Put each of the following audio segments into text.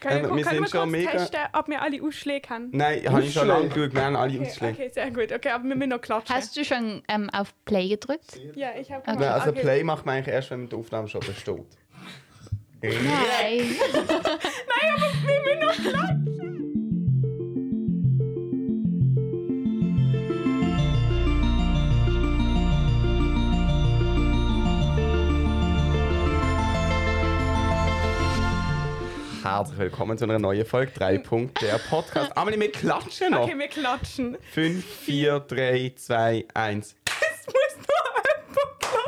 Können, Eben, wir, Ähm, wir können wir sind schon kurz mega- testen, ob wir alle Ausschläge haben? Nein, habe ich schon Ausschläge. lange geschaut, wir haben alle Okay, Ausschläge. okay, sehr gut. Okay, aber wir müssen noch klatschen. Hast du schon ähm, auf Play gedrückt? ja, ich habe Nein, also okay. Play macht man eigentlich erst, wenn man die Aufnahme schon besteht. Nein. Herzlich willkommen zu einer neuen Folge 3. Punkt, der Podcast. Amelie, wir klatschen noch. Okay, wir klatschen. 5, 4, 3, 2, 1. Es muss nur jemand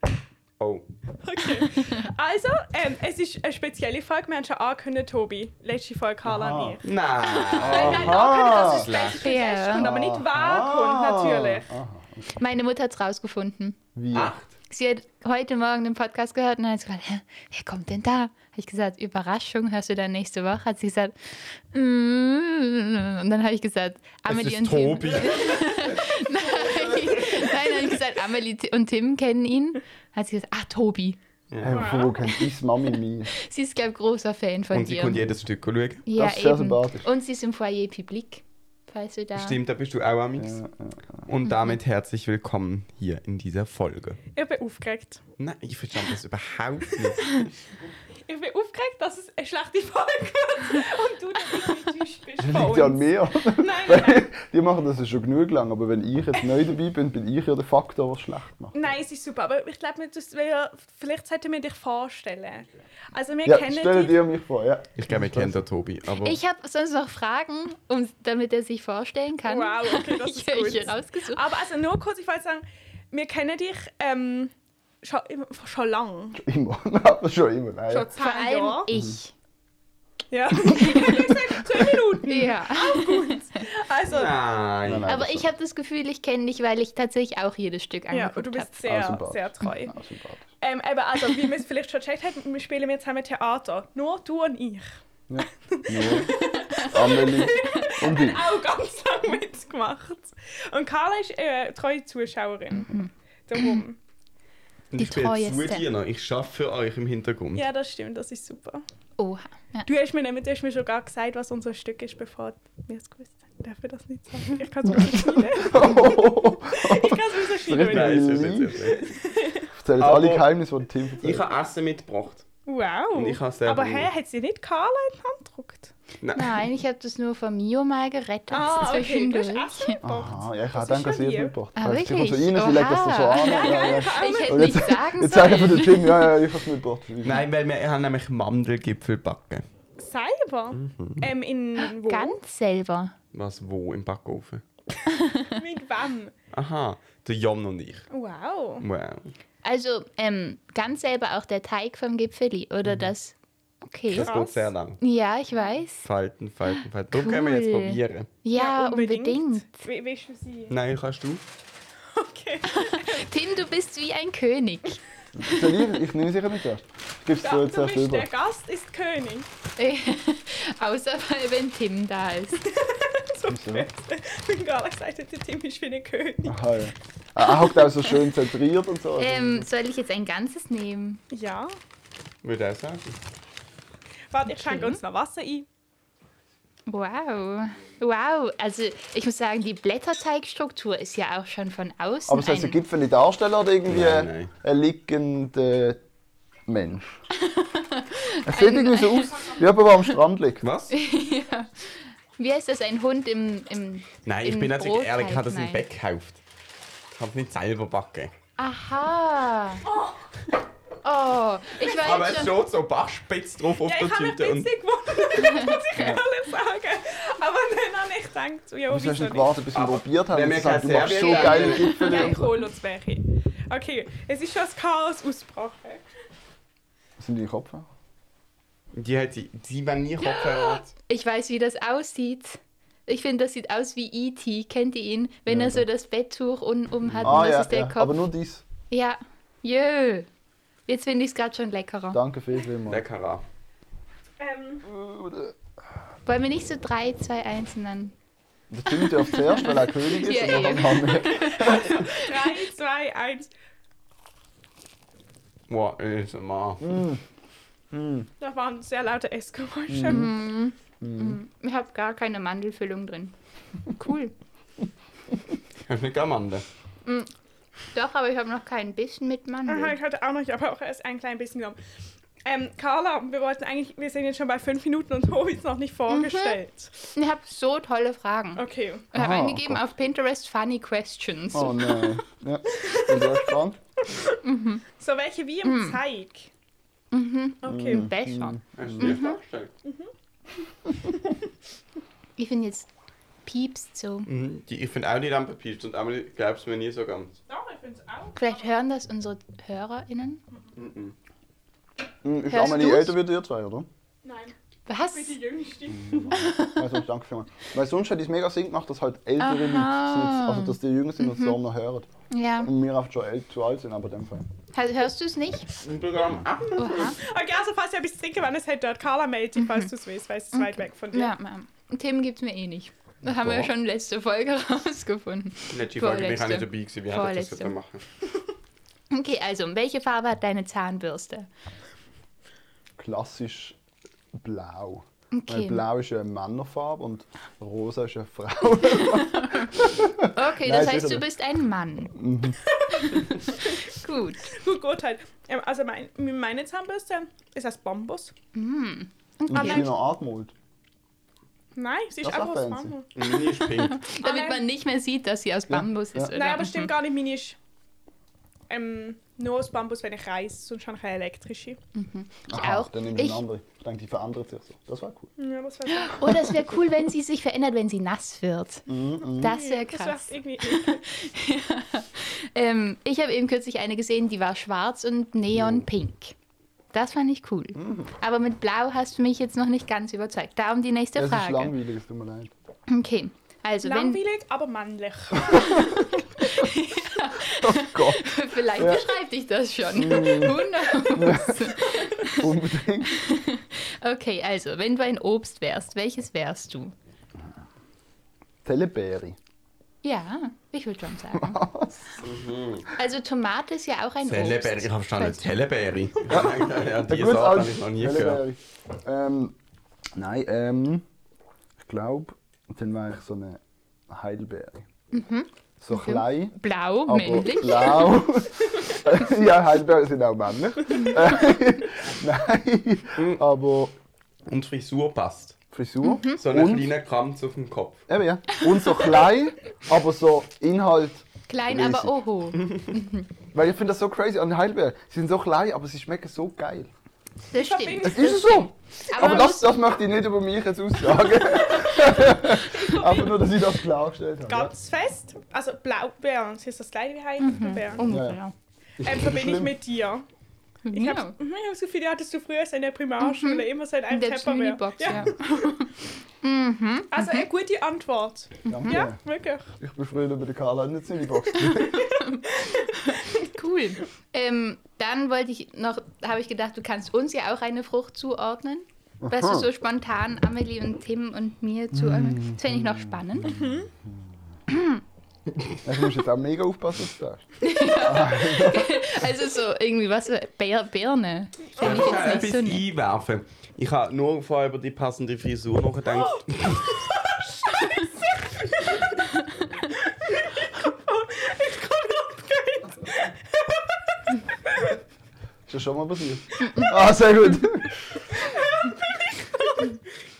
klatschen. Oh. Also, ähm, es ist eine spezielle Folge. Wir haben schon angekündigt, Tobi. Letzte Folge, Carla Aha. und ich. Nein. Oh, Wir haben angekündigt, dass es Ah, Schlecht. Ah. Special Guest kommt, aber nicht Ah. wer kommt, natürlich. Aha. Meine Mutter hat es rausgefunden. Wie? Acht. Sie hat heute Morgen den Podcast gehört und hat sie gefragt, "Hä, wer kommt denn da? Habe ich gesagt, Überraschung, hörst du dann nächste Woche? Hat sie gesagt, mm. und dann habe ich gesagt, Es Amelie ist und Tim. Tobi. Nein, habe ich gesagt, Amelie und Tim kennen ihn. Hat sie gesagt, ah, Tobi. Äh, Von wo kennt deine Mami mich? Sie ist, glaube ich, großer Fan von Und sie dir. kommt jedes Stück schauen. ja, Das ist sehr eben. sympathisch. Und sie ist im Foyer Publik, falls du da... Stimmt, da bist du auch am Ja, ja. Und damit herzlich willkommen hier in dieser Folge. Ich bin aufgeregt. Nein, ich verstand das überhaupt nicht. Ich bin aufgeregt, dass es eine schlechte Folge wird und du dann enttäuscht bist von Liegt ja an uns. mir. Nein, nein. Die machen das ja schon genug lang, aber wenn ich jetzt neu dabei bin, bin ich ja der Faktor, der es schlecht macht. Nein, es ist super, aber ich glaube, das wäre- vielleicht sollten wir dich vorstellen. Also wir Ja, stell kennen dich. dir mich vor, ja. Ich glaube, ihr kennt den Tobi. Aber Ich habe sonst noch Fragen, um, damit er sich vorstellen kann. Wow, okay, das ich ist habe hier gut. rausgesucht. Aber also nur kurz, ich wollte sagen, wir kennen dich ähm, schon, im- schon lange. Immer. Aber schon immer. Nein. Schon Vor zehn allem Jahre. ich. Ja. Ich hab gesagt, Zehn Minuten. Ja. Also, ja, Nein, Nein. nein, Aber Mhm. das ich habe das Gefühl, ich kenne dich, weil ich tatsächlich auch jedes Stück angeguckt und du habe. bist Ah, sehr, sympathisch. sehr treu. Ah, sympathisch. Ähm, eben, also, wie wir es vielleicht schon gecheckt haben, wir spielen jetzt zusammen Theater. Nur du und ich. Nur Amelie und ich. Auch ganz lange mitgemacht. Und Carla ist äh, treue Zuschauerin. Mhm. Darum. Und die ich bin jetzt treueste. Zudiener. Ich arbeite für euch im Hintergrund. Ja, das stimmt, das ist super. Oha. Ja. Du hast mir nämlich, du hast mir schon gar gesagt, was unser Stück ist, bevor wir es gewusst haben. Darf ich das nicht sagen? Ich kann es rausschneiden. ich kann es rausschneiden. wenn Nein, ist jetzt nicht so. Erzähl jetzt Aber- alle Geheimnisse, die Tim Ich erzählt. habe Essen mitgebracht. Wow. Und ich habe selber Aber hä, nicht. hat sie nicht Carla in die Hand gedruckt? Nein, ich habe das nur von Mio mal gerettet. Ah, Du hast zwischendurch. Essen mitgebracht. Aha, Ah, ja, ich Das habe ist gedacht, dass ja ihr es lieb. mitgebracht Ah, habt. Sie kommt so wirklich? rein, sie legt das so Oha. an. Ja, ja, ja. ich habe Ich auch hätte Und nicht jetzt, sagen jetzt sagen wir sollen. den Tim, ja, ja, ich habe es mitgebracht. Nein, weil wir, wir haben nämlich Mandelgipfel backen. mit- selber. Mhm. Ähm, in wo? Ganz selber. Was wo im Backofen? Mit wem? Aha, der Jon und ich. Wow. Wow. Also ähm, ganz selber auch der Teig vom Gipfeli Mhm. oder das. Okay. Das Krass. geht sehr lang. Ja, ich weiß. Falten, falten, falten. Darum können wir jetzt Cool. probieren. Ja, unbedingt. Wie, weißt du sie? Nein, kannst du? Okay. Tim, du bist wie ein König. Soll ich, ich nehme sicher nicht zuerst. Ich gebe es so Ja, jetzt du erst bist über. der Gast ist König. Außer weil wenn Tim da ist. So Wieso? fest. Ich habe gerade gesagt, der Tim ist wie ein König. Aha, ja. Ah, Er hockt auch so schön zentriert und so. Ähm, soll ich jetzt ein ganzes nehmen? Ja. Würde auch sagen. Warte, ich schenke uns noch Wasser ein. Wow. Wow. Also ich muss sagen, die Blätterteigstruktur ist ja auch schon von außen. Aber soll es ein- ein Gipfel darstellen oder irgendwie Nein, nein. ein liegender Mensch? Er sieht irgendwie so aus, wie jemand, der am Strand liegt. Was? Wie heißt das? Ein Hund im. im Nein, ich im bin natürlich Brotteig? ehrlich, ich habe das im Nein. Bäck gekauft. Ich habe es nicht selber backen. Aha. Oh, ich Aber weiß es schon. steht so Bachspitz drauf auf Ja, der ich habe mich Tüte. Und witzig gewundert, muss ich ehrlich sagen. Aber dann habe ich gedacht, so, ja, Wieso hast du wieso nicht nicht? gewartet, bis wir Aber probiert haben? wenn wir und gesagt, kein du machst so Serbien- geile Ja, Gipfel. ich und so. hole uns welche. Okay, es ist schon das Chaos ausgebrochen. Was sind deine Kopfhörer? die hat sie, sie wenn nie Kopfhörer hat. Ich weiß, wie das aussieht. Ich finde, das sieht aus wie E.T. Kennt ihr ihn? Wenn er so das Betttuch unten um hat, und Ah, das ja, ist der ja. Kopf. aber nur dies. Ja. Jö. Jetzt finde ich es gerade schon leckerer. Danke vielmals. Der Kara. Ähm, Wollen wir nicht so 3, 2, 1 und dann. Der Tim darf zuerst, weil er König ist. Ja, und dann eben. haben wir- 3, 2, 1. Mhm. Wow, ist ein Mann. Da waren sehr laute Essgeräusche. Mhm. Ich habe gar keine Mandelfüllung drin. Cool. Eine Gamande. Doch, aber ich habe noch kein bisschen mit Aha, Mandeln. ich hatte auch noch, ich habe auch erst ein klein bisschen genommen. Ähm, Carla, wir wollten eigentlich, wir sind jetzt schon bei fünf Minuten und Tobi ist noch nicht vorgestellt. Ich habe so tolle Fragen. Okay. Ich habe Aha, eingegeben Gott. auf Pinterest Funny Questions. Oh nein. Ja. Bin sehr gespannt. So welche wie im Zeig. Okay. Mhm. Becher. Hast du dir Mhm. vorgestellt? Ich finde jetzt piepst so. Mhm. Die- Ich finde auch die Lampe piepst und einmal glaubst du mir nie so ganz. Doch, ich finde es auch. Vielleicht hören das unsere HörerInnen. Hm, Ist Hörst auch meine du's? älter wird ihr zwei, oder? Nein, Was? ich bin die Jüngste. Also danke vielmals. Weil sonst hätte ich es mega Sinn gemacht, dass halt ältere Leute, sind, Aha. Mhm. also dass die jüngsten uns so noch hören. Ja. Und wir einfach schon alt, zu alt sind, aber in dem Fall. Also hörst du es nicht? Im Programm. Ah, Oha. Okay, also falls ihr etwas trinken wollt, es hat dort Carla meldet dich, falls du es willst, weil es ist weit weg von dir. Mhm. Ja, ja. Themen gibt es mir eh nicht. Das haben wir ja Doch. schon letzte Folge rausgefunden. Letzte Folge bin ich auch nicht Vorletzte. dabei gewesen. Wie hätte ich das Vorletzte. jetzt machen? Okay, also, welche Farbe hat deine Zahnbürste? Klassisch blau. Weil Okay. blau ist ja eine Männerfarbe und rosa ist eine Frau. Okay, Nein, das ist heißt, wieder- du bist ein Mann. Mhm. Gut. Gut, gut halt. Ähm, also mein, meine Zahnbürste ist aus Bambus. Und Aber- ist noch atmet. Nein, sie ist Das ist einfach auch aus fancy. Bambus. Mini Mhm, ist pink. Damit man nicht mehr sieht, dass sie aus Bambus ja. ist, oder? Nein, aber stimmt gar nicht. Meine ist ähm, nur aus Bambus, wenn ich reise, sonst habe ich eine elektrische. Ich auch. Dann nimmst du Ich- eine andere. Ich denke, die verändert sich so. Das war cool. Ja, das war so. Oh, das wäre cool, wenn sie sich verändert, wenn sie nass wird. Mhm. Das wäre Das war krass. Also irgendwie Ähm, ich habe eben kürzlich eine gesehen, die war schwarz und Mhm. neonpink. Das fand ich cool. Aber mit Blau hast du mich jetzt noch nicht ganz überzeugt. Darum die nächste Das ist Frage. langweilig, es tut mir leid. Okay, also wenn, langweilig, aber männlich. Gott, vielleicht beschreibt dich das schon. Mhm. Wunderbar. unbedingt. Okay, also wenn du ein Obst wärst, welches wärst du? Telebäri. Ja, ich würde schon sagen. Also Tomate ist ja auch ein Telleberry. Ich Obst. habe verstanden. Telleberry. Ja, Ja, die gut, Sorte habe als ich noch nie gehört. Telebäri. Ähm, nein, ähm, ich glaube, dann wäre ich so eine Heidelbeere. So klein. Blau, Aber männlich. blau. ja, Heidelbeeren sind auch männlich. Äh, Mhm. Nein, aber Und Frisur passt. Frisur. Hm? So einen Und? kleinen Kranz auf dem Kopf. Eben, ja. Und so klein, aber so Inhalt. Klein, riesig. aber oho. Weil ich finde das so crazy an Heidelbeeren. Sie sind so klein, aber sie schmecken so geil. Das stimmt. Verbindung. Es ist so. Aber, Aber man das, muss, das möchte ich nicht über mich jetzt aussagen. Einfach nur, dass ich das klargestellt habe. Ganz fest. Also Blaubeeren, sie ist das gleiche wie Mhm. Heidelbeeren. ungefähr. Ähm, verbinde ich Oh. Schlimm. mit dir. Ich Ja. Mhm. habe hab das Gefühl, die hattest du früher in der Primarschule immer so in In einem der Tupperware. Box, ja. Mhm, Also eine gute Antwort. Danke. Ja, wirklich. Ich bin froh, dass wir den Karl nicht in die Box Cool. Ähm, dann wollte ich noch, habe ich gedacht, du kannst uns ja auch eine Frucht zuordnen. Was du Aha. Mhm. so spontan Amelie und Tim und mir zuordnen. Das fände ich noch spannend. Ich muss jetzt auch mega aufpassen, was du sagst. Also so irgendwie was, Bär, Birne. Kann ich jetzt etwas nicht so nett. einwerfen? Ich habe nur vorher über die passende Frisur nachgedacht. Ich komme abgeht. Ist ja schon mal passiert. ah, sehr gut.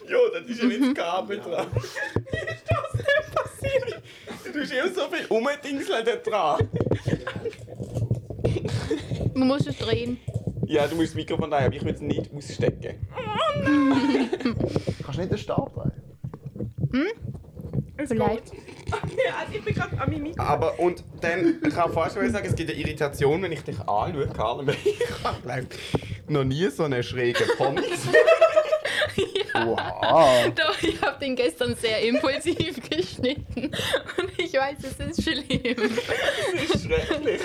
Ja, das ist ja nicht das Kabel dran. Ist das nicht passiert? Du tust immer so viel Umdingsel da dran. Man muss es drehen. Ja, du musst das Mikrofon da haben. Ich will es nicht ausstecken. Kannst du nicht den Stab rein? Ist Vielleicht. gut. Ja, also ich bin gerade an meinem Mikro. Aber und dann, ich kann fast schon sagen, es gibt eine Irritation, wenn ich dich anschaue, Karl. weil Ich habe glaub, noch nie so einen schrägen Pommes. Wow. Doch, ich habe den gestern sehr impulsiv geschnitten. Und ich weiß, es ist schlimm. Das ist schrecklich.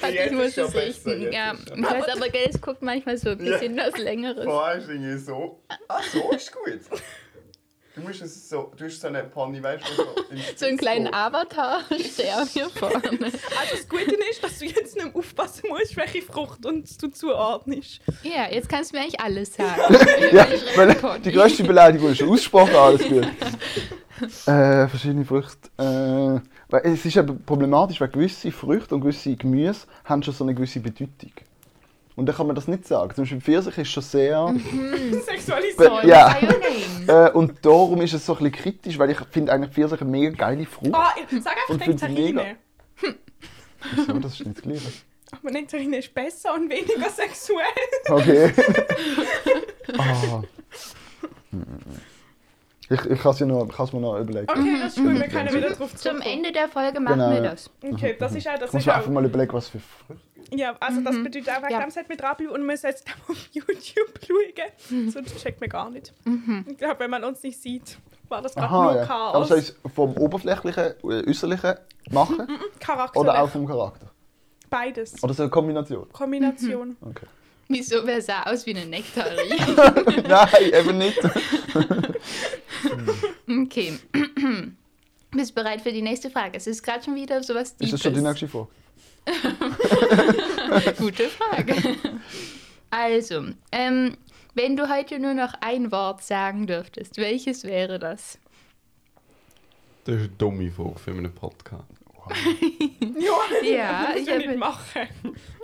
Also Jetzt ich muss ist schon es richten. besser, jetzt Ja. ist schon- Ich weiß aber, gell, es guckt manchmal so ein bisschen was Längeres. Vor allem so. Ah, so ist gut. Du musst es so, du hast so eine Pony, weißt du, so, im So einen Spitz kleinen hoch. Avatar sterben hier vorne. Also das Gute ist, dass du jetzt nicht mehr aufpassen musst, welche Frucht uns du zuordnest. Ja, jetzt kannst du mir eigentlich alles sagen. Ja, weil die größte Beleidigung ist schon ausgesprochen, alles gut. Äh, verschiedene Früchte. Äh, weil es ist eben problematisch, weil gewisse Früchte und gewisse Gemüse haben schon so eine gewisse Bedeutung. Und da kann man das nicht sagen. Zum Beispiel Pfirsich ist schon sehr... Hm. Sexualisiert. Voll Ja. mit Ironing. Äh, und darum ist es so ein bisschen kritisch, weil ich finde eigentlich Pfirsich eine mega geile Frucht. Ah, ich- sag einfach Und find's mega. Nektarine. Wieso? Das ist nicht das Gleiche. Aber Nektarine ist besser und weniger sexuell. Okay. Ah. Hm. Ich, ich kann es mir noch, ich kann's mir noch überlegen. Okay, das ist gut, wir können wieder drauf Mhm. Zum zurückkommen. Ende der Folge machen Genau, wir ja. das. Okay, das ist auch, das Ich muss ist mir einfach auch. mal überlegen, was für Früchte. Ja, also das bedeutet einfach, Mhm. Ja. ja. Gamset mit Rabi und wir setzen dann auf YouTube schauen. Mhm. Sonst checkt man gar nicht. Ich glaube, wenn man uns nicht sieht, war das gerade Aha, nur ja. Aber Chaos. soll ich es vom Oberflächlichen, äh, Äußerlichen machen? Charakter. Oder auch vom Charakter? Beides. Oder so eine Kombination? Kombination. Mhm. Okay. Wieso, wer sah aus wie eine Nektarie? Nein, eben nicht. Okay. Bist bereit für die nächste Frage? Es ist gerade schon wieder sowas Ist Deepes. das schon die nächste Frage? Gute Frage. Also, ähm, wenn du heute nur noch ein Wort sagen dürftest, welches wäre das? Das ist eine dumme Frage für meinen Podcast. Ja, Ja, das muss ich ich habe- nicht machen.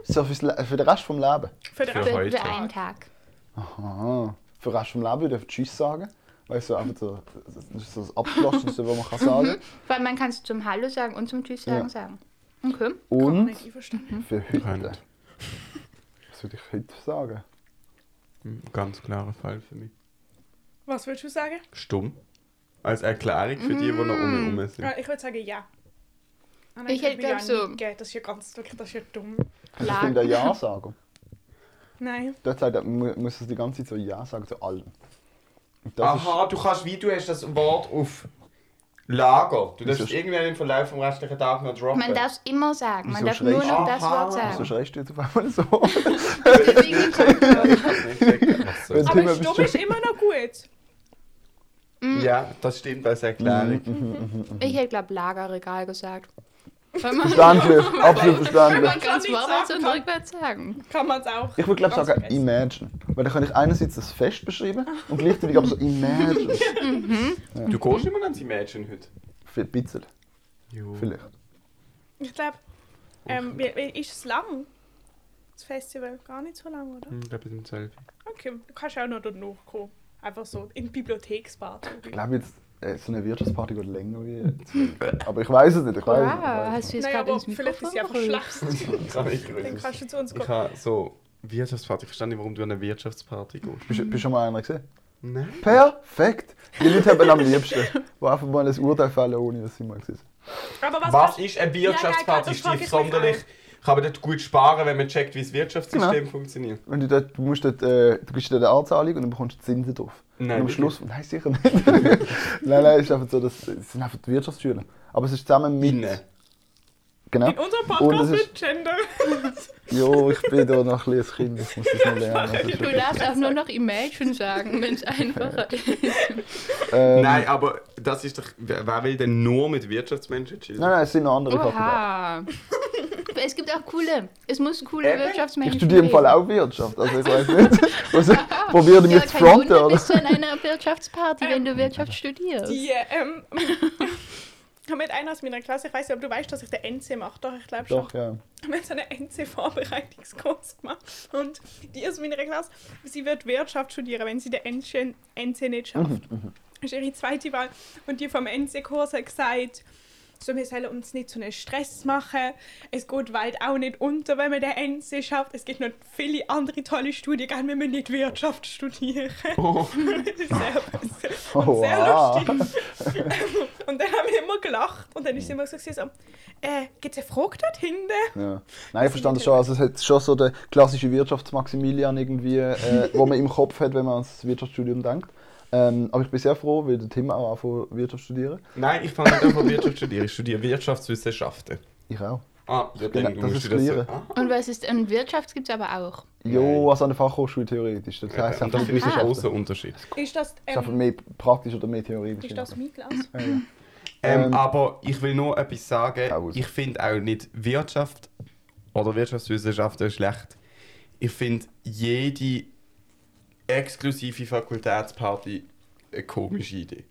So fürs Le- für den Rest vom Leben. Für den Für Rest. Für, heute. für einen Tag. Aha. Für den Rest vom Leben dürft ihr Tschüss sagen. Weißt du, einfach so, das ist so das Abgeschlossenste, was man kann sagen Weil man kann es zum Hallo sagen und zum Tschüss sagen Ja. sagen. Okay. Komm, Und nicht einverstanden. für heute. Könnt. Was würde ich heute sagen? Ein Ganz klarer Fall für mich. Was würdest du sagen? Stumm. Als Erklärung für die, die noch Mm. um rum sind. Ah, Ich würde sagen, ja. Ah, nein, Ich hätte, würde ja glaub, so- nicht geben. Das ist ja ganz, wirklich, das ist ja dumm. Also ich Lagen. finde Ja sagen. Nein. Dort sagt er, man muss es die ganze Zeit so Ja sagen zu allem. Und das Aha, du kannst wie du hast das Wort auf Lager. Du darfst Wieso es sch- irgendwann im Verlauf vom restlichen Tag noch droppen. Man darf es immer sagen. Man Wieso darf nur schrägst- noch das Aha. Wort ist, so sagen. schreist du jetzt auf einmal so. Deswegen im Kopf. das Wenn- Aber Thema stumm bist ist immer noch gut. Mhm. Ja, das stimmt als Erklärung. Mhm, Ich hätte, glaube Lagerregal gesagt. Weil man, verständlich, absolut verständlich. man kann es vorwärts und rückwärts sagen. Kann man es auch. Ich würde glaube Ganz sagen vergessen. Imagine. Weil dann kann ich einerseits das Fest beschreiben und gleichzeitig aber so Imagine. Du gehst immer ans Imagine heute. Für ein bisschen, Jo. vielleicht. Ich glaube, ähm, wie- wie- ist es lang? Das Festival? Gar nicht so lang, Hm. oder? Ich glaube, im Selfie. Okay, du kannst auch noch dort nachkommen. Einfach so in die Bibliotheksparty. Ich glaube jetzt, äh, so eine Wirtschaftsparty geht länger wie zwei. Aber ich weiß es nicht, ich weiß Wow, es nicht. ich weiß es hast du jetzt Naja, gerade aber ins vielleicht Mikrofon ist sie einfach gerührt? schlecht. Ich kann nicht Dann grüßen. kannst du zu uns Ich kommen. habe so Wirtschaftsparty. Ich verstehe nicht, warum du an eine Wirtschaftsparty gehst. nicht. Bist du- Bist du schon mal einer gesehen? Nein. Perfekt! Die Leute haben am liebsten, die einfach mal ein Urteil fällen, ohne dass sie mal gesehen sind. Aber was, Was ist eine Ja, ja, Wirtschaftsparty, das frage ich Steve? mich Sonderlich. Kann man dort gut sparen, wenn man checkt, wie das Wirtschaftssystem Genau. funktioniert. Wenn du dort, du musst dort, äh, du gibst dort eine Anzahlung und dann bekommst du Zinsen drauf. Nein, und am wirklich? Schluss, nein, sicher nicht. nein, nein, es ist einfach so, das, es sind einfach die Wirtschaftsschüler. Aber es ist zusammen mit... Innen. Genau. In unserem Und es Podcast ist- wird Gender. Jo, ich bin da noch ein kleines Kind, ich muss das noch lernen. Das ist Du darfst auch nur noch Imagine sagen, wenn es einfacher ist. Ähm, Nein, aber das ist doch. Wer, wer will denn nur mit Wirtschaftsmenschen chillen? Nein, nein, es sind noch andere Faktoren. Oha. Es gibt auch coole. Es muss coole Eben. Wirtschaftsmenschen Ich studiere im Fall geben. auch Wirtschaft, also ich weiß nicht. Also, probiere Ja, mich zu kein fronten, Wunder, oder? bist du an einer Wirtschaftsparty, wenn du Wirtschaft studierst. Die, ähm, mit einer aus meiner Klasse, ich weiß nicht, ob du weißt, dass ich den NC mache. Doch, ich glaube schon. Doch, ja. Wir haben so einen NC-Vorbereitungskurs gemacht. Und die aus meiner Klasse, sie wird Wirtschaft studieren, wenn sie den NC, NC nicht schafft. Das ist ihre zweite Wahl. Und die vom NC-Kurs hat gesagt, so, wir sollen uns nicht so einen Stress machen. Es geht weit auch nicht unter, wenn man den NC schafft. Es gibt noch viele andere tolle Studiengänge, wir müssen nicht Wirtschaft studieren. Oh. das ist sehr, böse und sehr Oha. lustig. Und dann haben wir immer gelacht. Und dann ist sie immer so, gewesen, so äh, gibt es eine Frage dort hinten? ja. Nein, ich verstand das schon. Also, es hat schon so den klassischen Wirtschaftsmaximilian irgendwie, äh, wo man im Kopf hat, wenn man ans Wirtschaftsstudium denkt. Ähm, aber ich bin sehr froh, weil der Tim auch anfängt Wirtschaft zu studieren. Nein, ich fange nicht an, von Wirtschaft zu studieren. Ich studiere Wirtschaftswissenschaften. Ich auch. Ah, ja, Genau, dann, du das musst ist das Lehren. Ah, Und was ist und Wirtschaft gibt es aber auch. Jo, also an der Fachhochschule theoretisch. Das heisst, ja, und einfach das finde nicht ich ein Wissenschaften. großer Unterschied. Ist das, Es ist einfach ähm, mehr praktisch oder mehr theoretisch. genau. ist das mein Glas? Ähm, Ähm, aber ich will nur etwas sagen. Aus. Ich finde auch nicht Wirtschaft oder Wirtschaftswissenschaften schlecht. Ich finde jede exklusive Fakultätsparty eine komische Idee.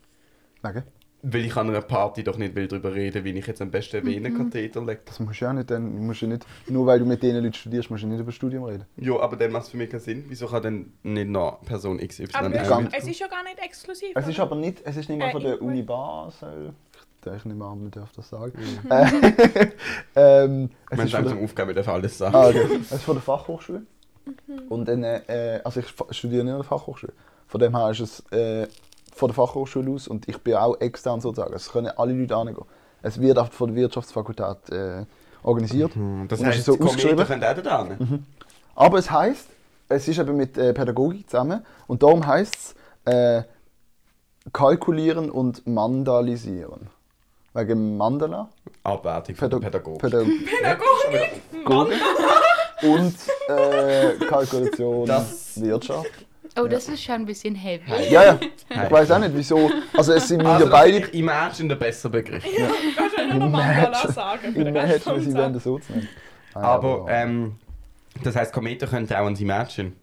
Wegen? Weil ich an einer Party doch nicht will darüber reden will, wie ich jetzt am besten Venenkatheter lege. Das musst du ja nicht, dann musst du nicht, nur weil du mit denen Leuten studierst, musst du nicht über das Studium reden. Ja, aber dann macht es für mich keinen Sinn. Wieso kann denn nicht noch Person XY Aber auch kann- mit? es ist ja gar nicht exklusiv. Es ist oder? aber nicht, es ist nicht mal Äh, von der ich- Uni Basel. Ich denke nicht mal, man darf das sagen. Mhm. Äh, ähm, es, Man ist ist von einfach der, Aufgabe, darf alles sagen. ah, okay. es ist von der Fachhochschule. Mhm. Und dann, äh, also ich fa- studiere nicht an der Fachhochschule. Von dem her ist es äh, von der Fachhochschule aus und ich bin auch extern sozusagen. Es können alle Leute angehen. Es wird auch von der Wirtschaftsfakultät äh, organisiert. Mhm. Das Und es heißt, ist so die Kometen ausgeschrieben. Mhm. können auch da hin. Aber es heißt, es ist eben mit äh, Pädagogik zusammen und darum heißt es äh, kalkulieren und mandalisieren. Wegen Mandala, Abwertung von der Pädagogik. Pädagogik Mann, und äh, Kalkulation Das- Wirtschaft. Oh, das ist schon ein bisschen heavy. Ja, ja. Ich weiß auch nicht wieso. Also es sind also, ja das beide. ist Imagine der bessere Begriff. kannst du nicht noch Mandala sagen. für In den mir Rest hätten wir vom sie Satz. wollen, so zu Ah, nennen. Nein, Aber ähm, das heißt, Kometen können auch ans Imagine.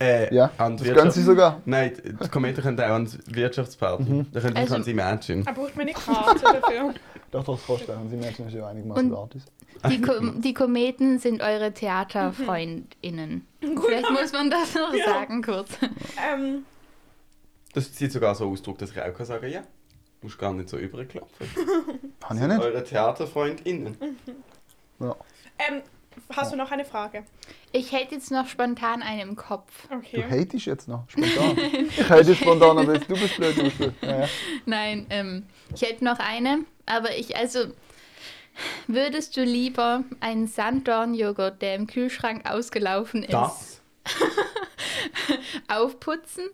Äh, ja, an das die können sie Wirtschaft- sogar. Nein, die- die Kometen können auch ans Wirtschaftsparty. Mhm. Da können sie Also- ans Imagine. Da braucht man nicht Karte dafür. Doch, doch, das kostet. auch. Sie merken, es ist ja einigermaßen Und- gratis. Die, Ko die Kometen sind eure TheaterfreundInnen. Vielleicht muss man das noch Mhm. Ja. sagen kurz. Ähm, Das sieht sogar so Ausdruck, dass ich auch kann sagen kann, ja, musst gar nicht so überklopfen. Kann ich ja nicht. Eure TheaterfreundInnen. Mhm. Ja. ähm, hast du noch eine Frage? Ich hätte jetzt noch spontan eine im Kopf. Du Okay. hatest jetzt noch, spontan. Ich hate dich spontan, aber jetzt- du bist blöd, du bist blöd. Ja, ja. Nein, ähm, ich hätte noch eine, aber ich, also, würdest du lieber einen Sanddornjoghurt, der im Kühlschrank ausgelaufen ist, Das? aufputzen?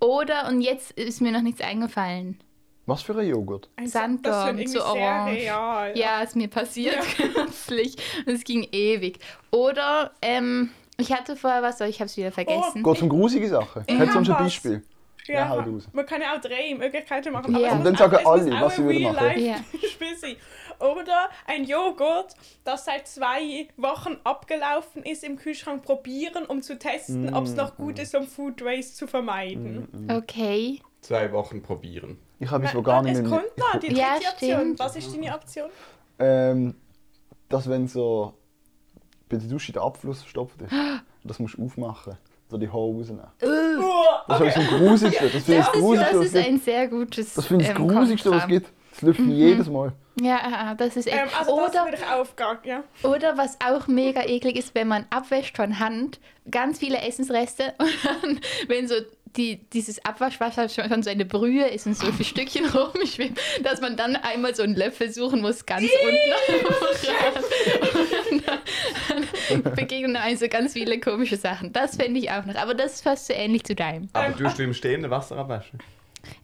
Oder, und jetzt ist mir noch nichts eingefallen. Was für ein Joghurt? Ein Sanddorn das klingt irgendwie zu orange. Sehr real. Ja, ist mir passiert kürzlich. Und es ging ewig. Oder, ähm, ich hatte vorher was, aber ich habe es wieder vergessen. Geht um grusige Sachen. Mhm. Ich Hättest du hab uns ein was. Beispiel? Ja, hau raus. man kann ja auch drei Möglichkeiten machen. aber Ja. es Und dann muss sagen auch- es muss alle, auch was sie ein würden machen. Real-Life-Spiel sein. Oder ein Joghurt, das seit zwei Wochen abgelaufen ist, im Kühlschrank probieren, um zu testen, ob es Mm, noch gut ist, um Food Waste zu vermeiden. Okay. Zwei Wochen probieren. Ich habe es Nein, wohl Mm, gar nein, nicht Äh, es mehr. kommt noch, die dritte Ja, Option. stimmt. Was ist deine Option? Ähm, dass wenn so bei der Dusche der Abfluss verstopft ist, und das musst du aufmachen, so die Haare rausnehmen. Uah, Das ist das Grusigste. Das finde ich das Das, Grusigste, was das es ist gibt. ein sehr gutes. Das finde ich das ähm, Grusigste, was es Kontra. gibt. Das läuft Mhm. mir jedes Mal. Ja, das ist echt. ähm, also das oder, würde ich aufgehen, ja. oder was auch mega eklig ist, wenn man abwäscht von Hand, ganz viele Essensreste und dann, wenn so die, dieses Abwaschwasser schon, schon so eine Brühe ist und so viele Stückchen rumschwimmt, dass man dann einmal so einen Löffel suchen muss, ganz unten. Und dann, dann begegnen einem so ganz viele komische Sachen. Das fände ich auch noch. Aber das ist fast so ähnlich zu deinem. Aber tust du im stehenden Wasser abwaschen?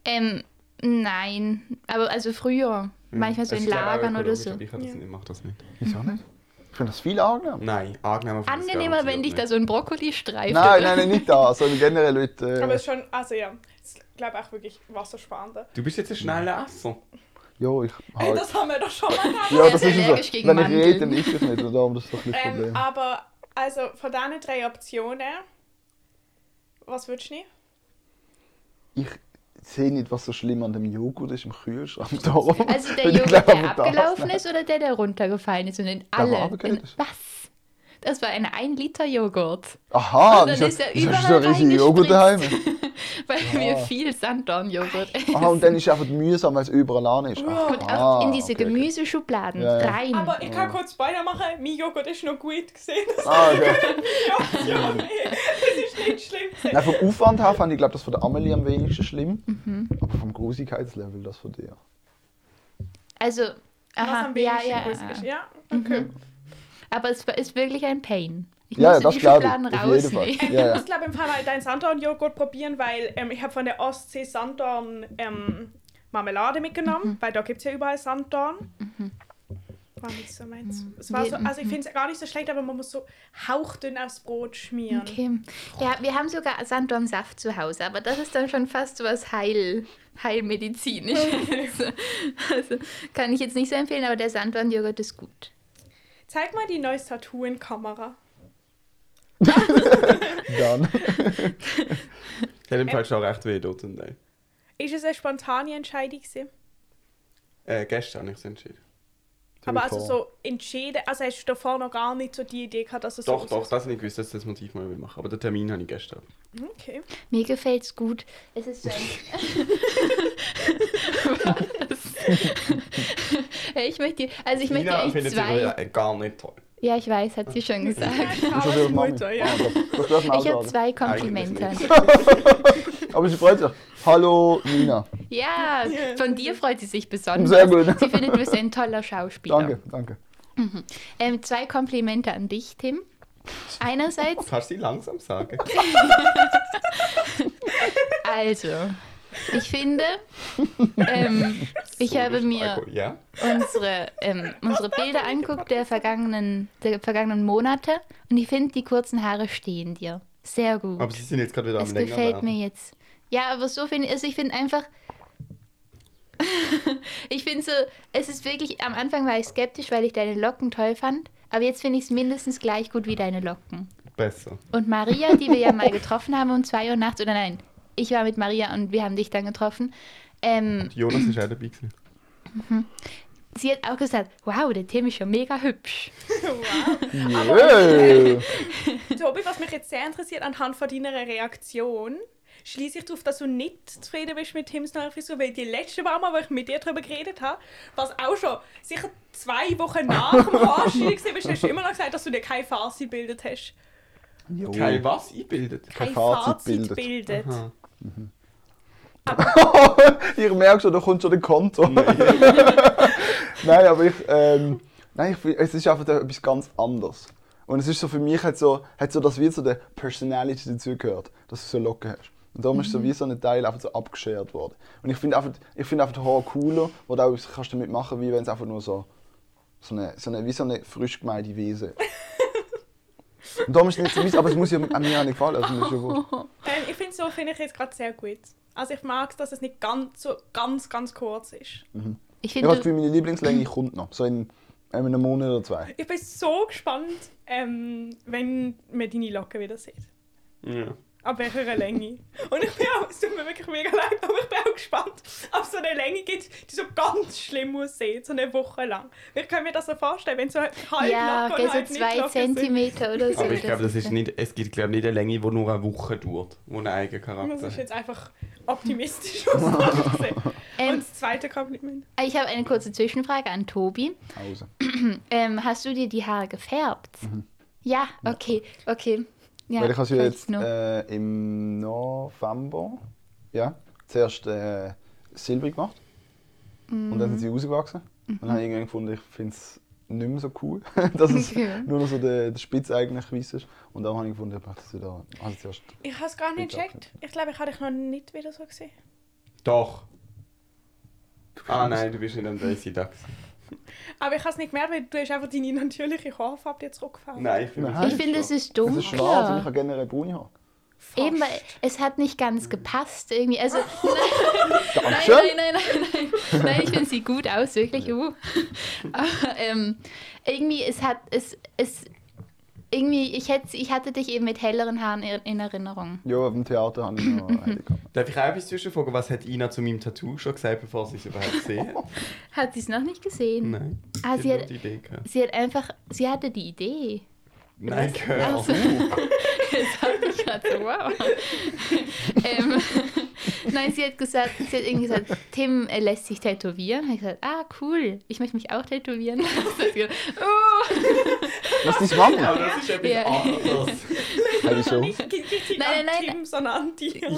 Ähm, nein. Aber also früher. Manchmal so Hm, Es ist in leider auch Lagern oder ökologisch, so. aber Ich, kann das nicht, ich mach das nicht. Wieso nicht? Ich finde das viel angenehm. Nein, angenehmer finde ich es Angenehmer, wenn garantiert dich nicht. ne? da so ein Brokkoli streift. Nein, nein, nein, nicht da, sondern generell Leute. Aber Äh, es ist schon, also ja, ich glaube auch wirklich wassersparender. Du bist jetzt ein schneller Esser. jo, ich Ey, halt. das haben wir doch schon mal gehabt. Ja, Er das ist ist es allergisch so. gegen Wenn ich Mandeln. ah. rede, dann ist es nicht. Und darum das ist doch nicht das Ähm, Problem. aber, also von diesen drei Optionen, was würdest du nehmen? Ich sehe nicht, was so schlimm an dem Joghurt ist im Kühlschrank. Darum Also der bin ich Joghurt, glaube, der das- abgelaufen ist oder der, der runtergefallen ist und in war alle. abgelaufen. In, was? Das war ein 1 Liter Joghurt. Aha, Und dann wieso- ist er wieso hast du überall so riesige Joghurt daheim. reingespritzt. Weil wir viel Sanddornjoghurt essen. Aha, und dann ist er einfach mühsam, weil es überall an ist. Aha, Und auch Oh, also in diese okay, okay. Gemüseschubladen Ja, ja. rein. Aber ich kann kurz Spoiler machen, mein Joghurt ist noch gut gesehen. Das Ah, okay. ist ja nicht- das ist nicht schlimm. gewesen. Nein, vom Aufwand her fand ich, glaube das von der Amelie am wenigsten schlimm. Mhm. Aber vom Grusigkeitslevel, das von dir. also, Was aha, am ja, wenigsten ja. Mhm. gruselig ist. ja, okay. Aber es war- ist wirklich ein Pain. Ich Ja, ja, musste das die glaube Schubladen ich. Auf jeden Fall. rausnehmen. Ja, Ich ja. muss glaube im Fall mal deinen Sanddorn-Joghurt probieren, weil ähm, ich habe von der Ostsee Mhm. Sanddorn ähm, Marmelade mitgenommen, weil da gibt es ja überall Sanddorn. war nicht so meins. Es war so, mhm. also ich finde es gar nicht so schlecht, aber man muss so hauchdünn aufs Brot schmieren. Okay. Ja, wir haben sogar Sanddornsaft zu Hause, aber das ist dann schon fast so was Heil, Heilmedizinisches. also kann ich jetzt nicht so empfehlen, aber der Sanddornjoghurt ist gut. Zeig mal die neue Tattooenkamera. Dann. Hat im Fall schon recht weh dort und nein. Ist es eine spontane Entscheidung gewesen? Äh, gestern habe ich es entschieden. Aber also so entschieden, also hast du davor noch gar nicht so die Idee gehabt, dass es Doch, so doch, das habe ich gewusst, dass ich das Motiv mal machen Aber den Termin habe ich gestern. Okay. Mir gefällt's gut. Es ist so ein. Was? ich möchte, also ich möchte Nina euch findet zwei. sie äh, gar nicht toll. Ja, ich weiß, hat sie schon gesagt. Das ist schon wieder ja. Ah, ja. Ah, Das darf man Ich habe auch sagen. zwei Komplimente. Eigentlich Aber sie freut sich. Hallo, Nina. Ja, von dir freut sie sich besonders. Sehr gut. Sie findet, du bist ein toller Schauspieler. Danke, danke. Ähm, zwei Komplimente an dich, Tim. Einerseits, Kannst du sie langsam sagen? also, ich finde, ähm, ich So habe ist mir Alkohol. Ah, Ja? unsere, ähm, unsere Bilder anguckt der vergangenen, der vergangenen Monate und ich finde, die kurzen Haare stehen dir. Sehr gut. Aber sie sind jetzt gerade wieder am es länger gefällt werden. mir jetzt. Ja, aber so finde ich, also ich finde einfach, ich finde so, es ist wirklich, am Anfang war ich skeptisch, weil ich deine Locken toll fand, aber jetzt finde ich es mindestens gleich gut wie deine Locken. Besser. Und Maria, die wir ja mal getroffen haben um zwei Uhr nachts, oder nein, ich war mit Maria und wir haben dich dann getroffen, ähm, Jonas ist auch dabei gewesen. sie hat auch gesagt, wow, der Tim ist schon mega hübsch. Wow. Jö. Tobi, was mich jetzt sehr interessiert, anhand von deiner Reaktion, schließe ich darauf, dass du nicht zufrieden bist mit Tims neuer Frisur, weil die letzte Mal, wo ich mit dir darüber geredet habe, was auch schon sicher zwei Wochen nach dem Anstieg war, bist, hast du immer noch gesagt, dass du dir keine Farce gebildet hast. Jo. Kein was einbildet. Kein Fazit Fazit bildet. bildet. Aha. Ich merke schon, da kommt schon der Konto. nein, aber ich, ähm, nein, ich, find- es ist einfach etwas ganz anderes. Und es ist so für mich halt so, halt so dass wie zu der Personality dazugehört, dass du so Locken hast. Und darum ist so wie so ein Teil einfach so abgeschert worden. Und ich finde einfach, ich finde einfach Horror cooler, wo du auch kannst damit machen, wie wenn es einfach nur so, so eine, so eine, wie so eine frisch gemeinte Wiese. ist. Und darum ist es nicht so weiss, aber es muss ja an mir auch nicht gefallen. Also, mir ist ja wurscht. Ähm, ich finde so finde ich jetzt gerade sehr gut. Also ich mag es, dass es nicht ganz so ganz ganz kurz ist. Ich ich habe finde, das Gefühl, meine Lieblingslänge kommt noch. So in, in einem Monat oder zwei. Ich bin so gespannt, ähm, wenn man deine Locken wieder sieht. Ja. Ab welcher Länge. Und ich bin auch, es tut mir wirklich mega leid, aber ich bin auch gespannt, ob es so eine Länge gibt, die so ganz schlimm aussieht, so eine Woche lang. Ich kann mir das so vorstellen, wenn so halb du, ja, Locke okay, und halb so Halt, nicht zwei Locke sind. Zentimeter oder so. Aber ich glaube, das das ist nicht, es gibt glaube nicht eine Länge, die nur eine Woche dauert, die einen eigenen Das Charakter ist hat. jetzt einfach optimistisch ausgesehen. Und Ähm, das zweite Kompliment. Ah, ich habe eine kurze Zwischenfrage an Tobi. Hause. Ähm, hast du dir die Haare gefärbt? Ja, okay, okay. Ja, Mhm. Weil ich habe sie wollte jetzt nur- äh, im November ja, zuerst äh, silbrig gemacht. Und dann sind sie rausgewachsen. Und dann habe ich irgendwann gefunden, ich finde es nicht mehr so cool, dass es Okay. nur noch so der, der Spitz eigentlich weiß ist. Und dann habe ich gefunden, ich mache das wieder. Also zuerst. Ich habe es gar nicht Bitte. gecheckt. Ich glaube, ich habe dich noch nicht wieder so gesehen. Doch. Ah nein, du bist nicht am Daisy Duck. Aber ich habe es nicht gemerkt, weil du hast einfach deine natürliche Haarfarbe dir zurückgefallen. Nein, ich bin Nein. Ich finde, es ist Es dunkler. ist schwarz und ich habe generell braune Haare. Eben, weil es hat nicht Mhm. ganz gepasst irgendwie. Also, nein, Dankeschön. nein, nein, nein, nein, nein. Nein, ich finde sie gut aus, wirklich. Uh. Aber ähm, irgendwie, es hat, es, es, irgendwie, ich, hätte, ich hatte dich eben mit helleren Haaren in in Erinnerung. Ja, im Theater habe ich noch eine gehabt. Darf ich auch etwas zwischenfragen? Was hat Ina zu meinem Tattoo schon gesagt, bevor sie es überhaupt gesehen hat? Hat sie es noch nicht gesehen? Nein. Ah, sie hat hat- nur die Idee gehabt. Sie hat einfach, sie hatte die Idee. Nein, Ach gehör so. Jetzt habe ich gerade so, wow. ähm, nein, sie hat gesagt, sie hat irgendwie gesagt, Tim äh, lässt sich tätowieren. Ich gesagt, ah, cool, ich möchte mich auch tätowieren. lassen. Sie hat gesagt, oh. Was ist dein Mann? Aber das ist etwas Ja. anderes. Habe ich so. Nicht richtig Nein, an nein, Tim, nein. sondern an dir.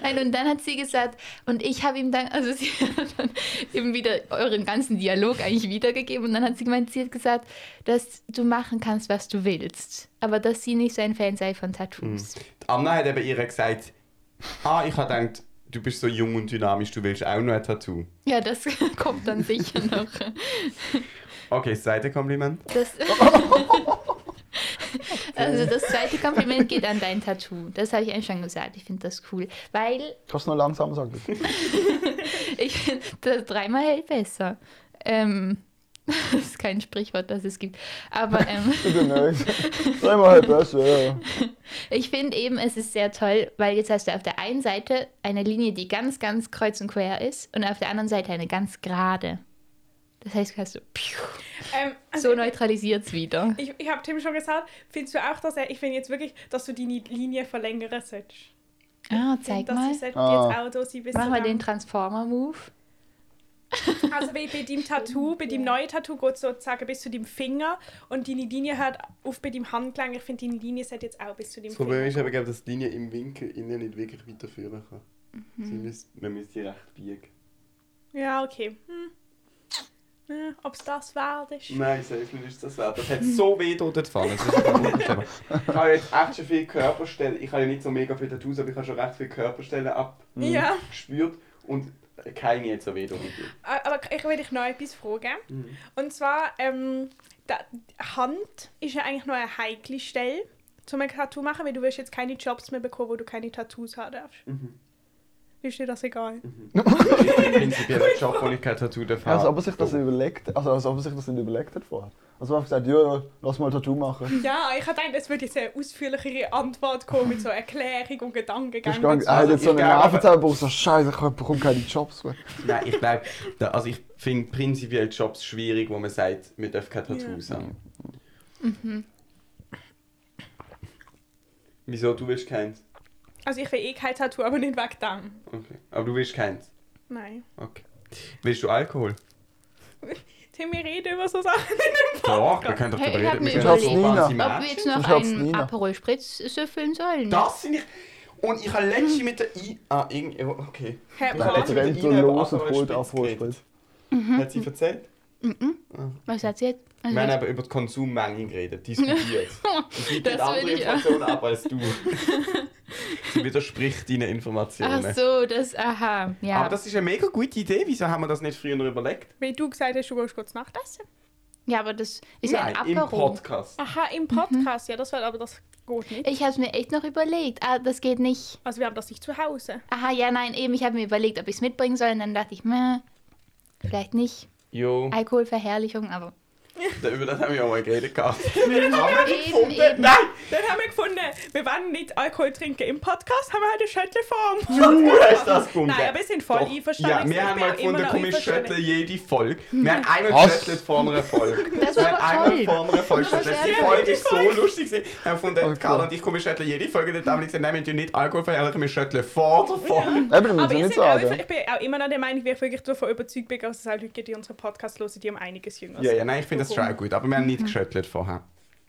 Nein, und dann hat sie gesagt, und ich habe ihm dann, also sie hat dann eben wieder euren ganzen Dialog eigentlich wiedergegeben. Und dann hat sie gemeint, sie hat gesagt, dass du machen kannst, was du willst. Aber dass sie nicht so ein Fan sei von Tattoos. Die Anna hat eben ihr gesagt, ah, ich habe gedacht, du bist so jung und dynamisch, du willst auch noch ein Tattoo. Ja, das kommt dann sicher noch. Okay, das zweite Kompliment. Das also das zweite Kompliment geht an dein Tattoo. Das habe ich eigentlich schon gesagt. Ich finde das cool. Weil Kannst du noch langsam sagen, bitte? ich finde, das dreimal hält besser. Ähm, das ist kein Sprichwort, das es gibt. Aber ähm, Bitte nicht. Sei mal halt besser, ja. ich finde eben, es ist sehr toll, weil jetzt hast du auf der einen Seite eine Linie, die ganz, ganz kreuz und quer ist und auf der anderen Seite eine ganz gerade. Das heißt, du hast so, piu, Ähm, also so neutralisiert es wieder. ich ich habe Tim schon gesagt, findest du auch, dass er, ich finde jetzt wirklich, dass du die Linie verlängern solltest. Ah, Ich zeig finde, mal. dass du Ah. jetzt auch da sein, bis Mach du mal dann- den Transformer-Move. Also bei, bei deinem Tattoo, bei deinem neuen Tattoo geht es sozusagen bis zu deinem Finger und deine Linie hört auf bei deinem Handgelenk. Ich finde, deine Linie sollte jetzt auch bis zu deinem Das Problem Finger. ist aber, glaub, dass die Linie im Winkel innen nicht wirklich weiterführen kann. Mhm. Sie müsst, man müsste sie recht biegen. Ja, okay. Hm. Ja, Ob es das wert ist? Nein, selbst mir ist das wert. Das hat so weh dort gefahren. Das ist ein gutes Thema. ich habe jetzt echt schon viel Körperstellen. Ich habe ja nicht so mega viele Tattoos, aber ich habe schon recht viele Körperstellen Ja, abgespürt. Und keine hat so weh dort. a- Ah, aber ich will dich noch etwas fragen. Mhm. Und zwar, ähm, da, die Hand ist ja eigentlich noch eine heikle Stelle zum ein Tattoo machen, weil du wirst jetzt keine Jobs mehr bekommen, wo du keine Tattoos haben darfst. Mhm. Ist dir das egal? Prinzipiell ein Job, wo ich kein Tattoo darf Ja, Als ob er Also, sich das überlegt, also als ob er sich das nicht überlegt hat vorher. Also er hat gesagt, ja, ja, lass mal ein Tattoo machen. Ja, ich dachte, es würde jetzt eine ausführlichere Antwort kommen mit so Erklärung und Du hast Gedankengängen. gar und nicht, so. Also, er hat jetzt so einen Ja, aber- Nervenzusammenbruch, so scheiße, ich bekomme keine Jobs mehr. Nein, ich glaube, also ich finde prinzipiell Jobs schwierig, wo man sagt, man darf keine Tattoos haben. Wieso? Du willst keins? Also ich will eh kein Tattoo, aber nicht weg dann. Okay. Aber du willst keins? Nein. Okay. Willst du Alkohol? Tim, wir reden über so Sachen in dem Doch, wir Podcast. können doch Hey, darüber ich hab reden. mir Wir können überlegt, so fancy ob Ob wir Matches. jetzt noch Ich hab's einen nie. Aperol Spritz süffeln sollen? Das sind ich... Und ich habe Hm. letztens mit der I... Ah, irgendwie... Okay. Herr Ja, Er das Paul, wird- rennt so Ihnen aber los und holt Aperol Spritz Aperol-Spritz. Mhm. Hat sie erzählt? Was hat sie jetzt? Also, Wir haben aber über die Konsummenge geredet, diskutiert. Es gibt Das andere will ich auch. Informationen ab als du. sie widerspricht deinen Informationen. ach so, das, aha, ja. ne? Aber das ist eine mega gute Idee. Wieso haben wir das nicht früher überlegt? wenn du gesagt hast, du gehst kurz Nachtessen. ja, aber das ist ja ein Nein, im Aperol. Podcast. Aha, im Podcast, ja, das wird aber das geht nicht. Ich habe es mir echt noch überlegt. Ah, das geht nicht. Also wir haben das nicht zu Hause. Aha, ja, nein, eben. Ich habe mir überlegt, ob ich es mitbringen soll. Und dann dachte ich, meh, vielleicht nicht. Jo, Alkoholverherrlichung, aber. da- über das haben wir auch mal geredet. gehabt. Wir haben nicht Eben, gefunden. eben. Nein! Dann haben wir gefunden, wir wollen nicht Alkohol trinken im Podcast, haben wir halt eine Schüttelform. Du hast das gefunden. Nein, aber wir sind voll Doch. einverstanden. Ja, Ich wir haben halt bin mal auch gefunden, immer noch Hm. komm, ich einverstanden. schüttle jede Folge. Wir haben einmal Was? geschüttelt vor einer Folge. Das wir war haben aber einmal toll. vor einer Folge Das war geschüttelt. Die sehr Folge gut. ist so lustig. gewesen. Wir haben gefunden, Oh Gott. Karl und ich, komm, ich schüttle jede Folge. Dann haben wir gesagt, nein, wir tun nicht Alkohol verherrlichen, wir schütteln vor der Folge. Eben, das Aber muss ich ich, nicht sind auch, sagen. ich bin auch immer noch der Meinung, wie ich wirklich davon überzeugt bin, dass es auch Leute gibt, die unseren Podcast hören, die um einiges jünger Ja, sind. ja, nein, ich finde das schon auch gut. Aber wir haben nicht geschüttelt vorher.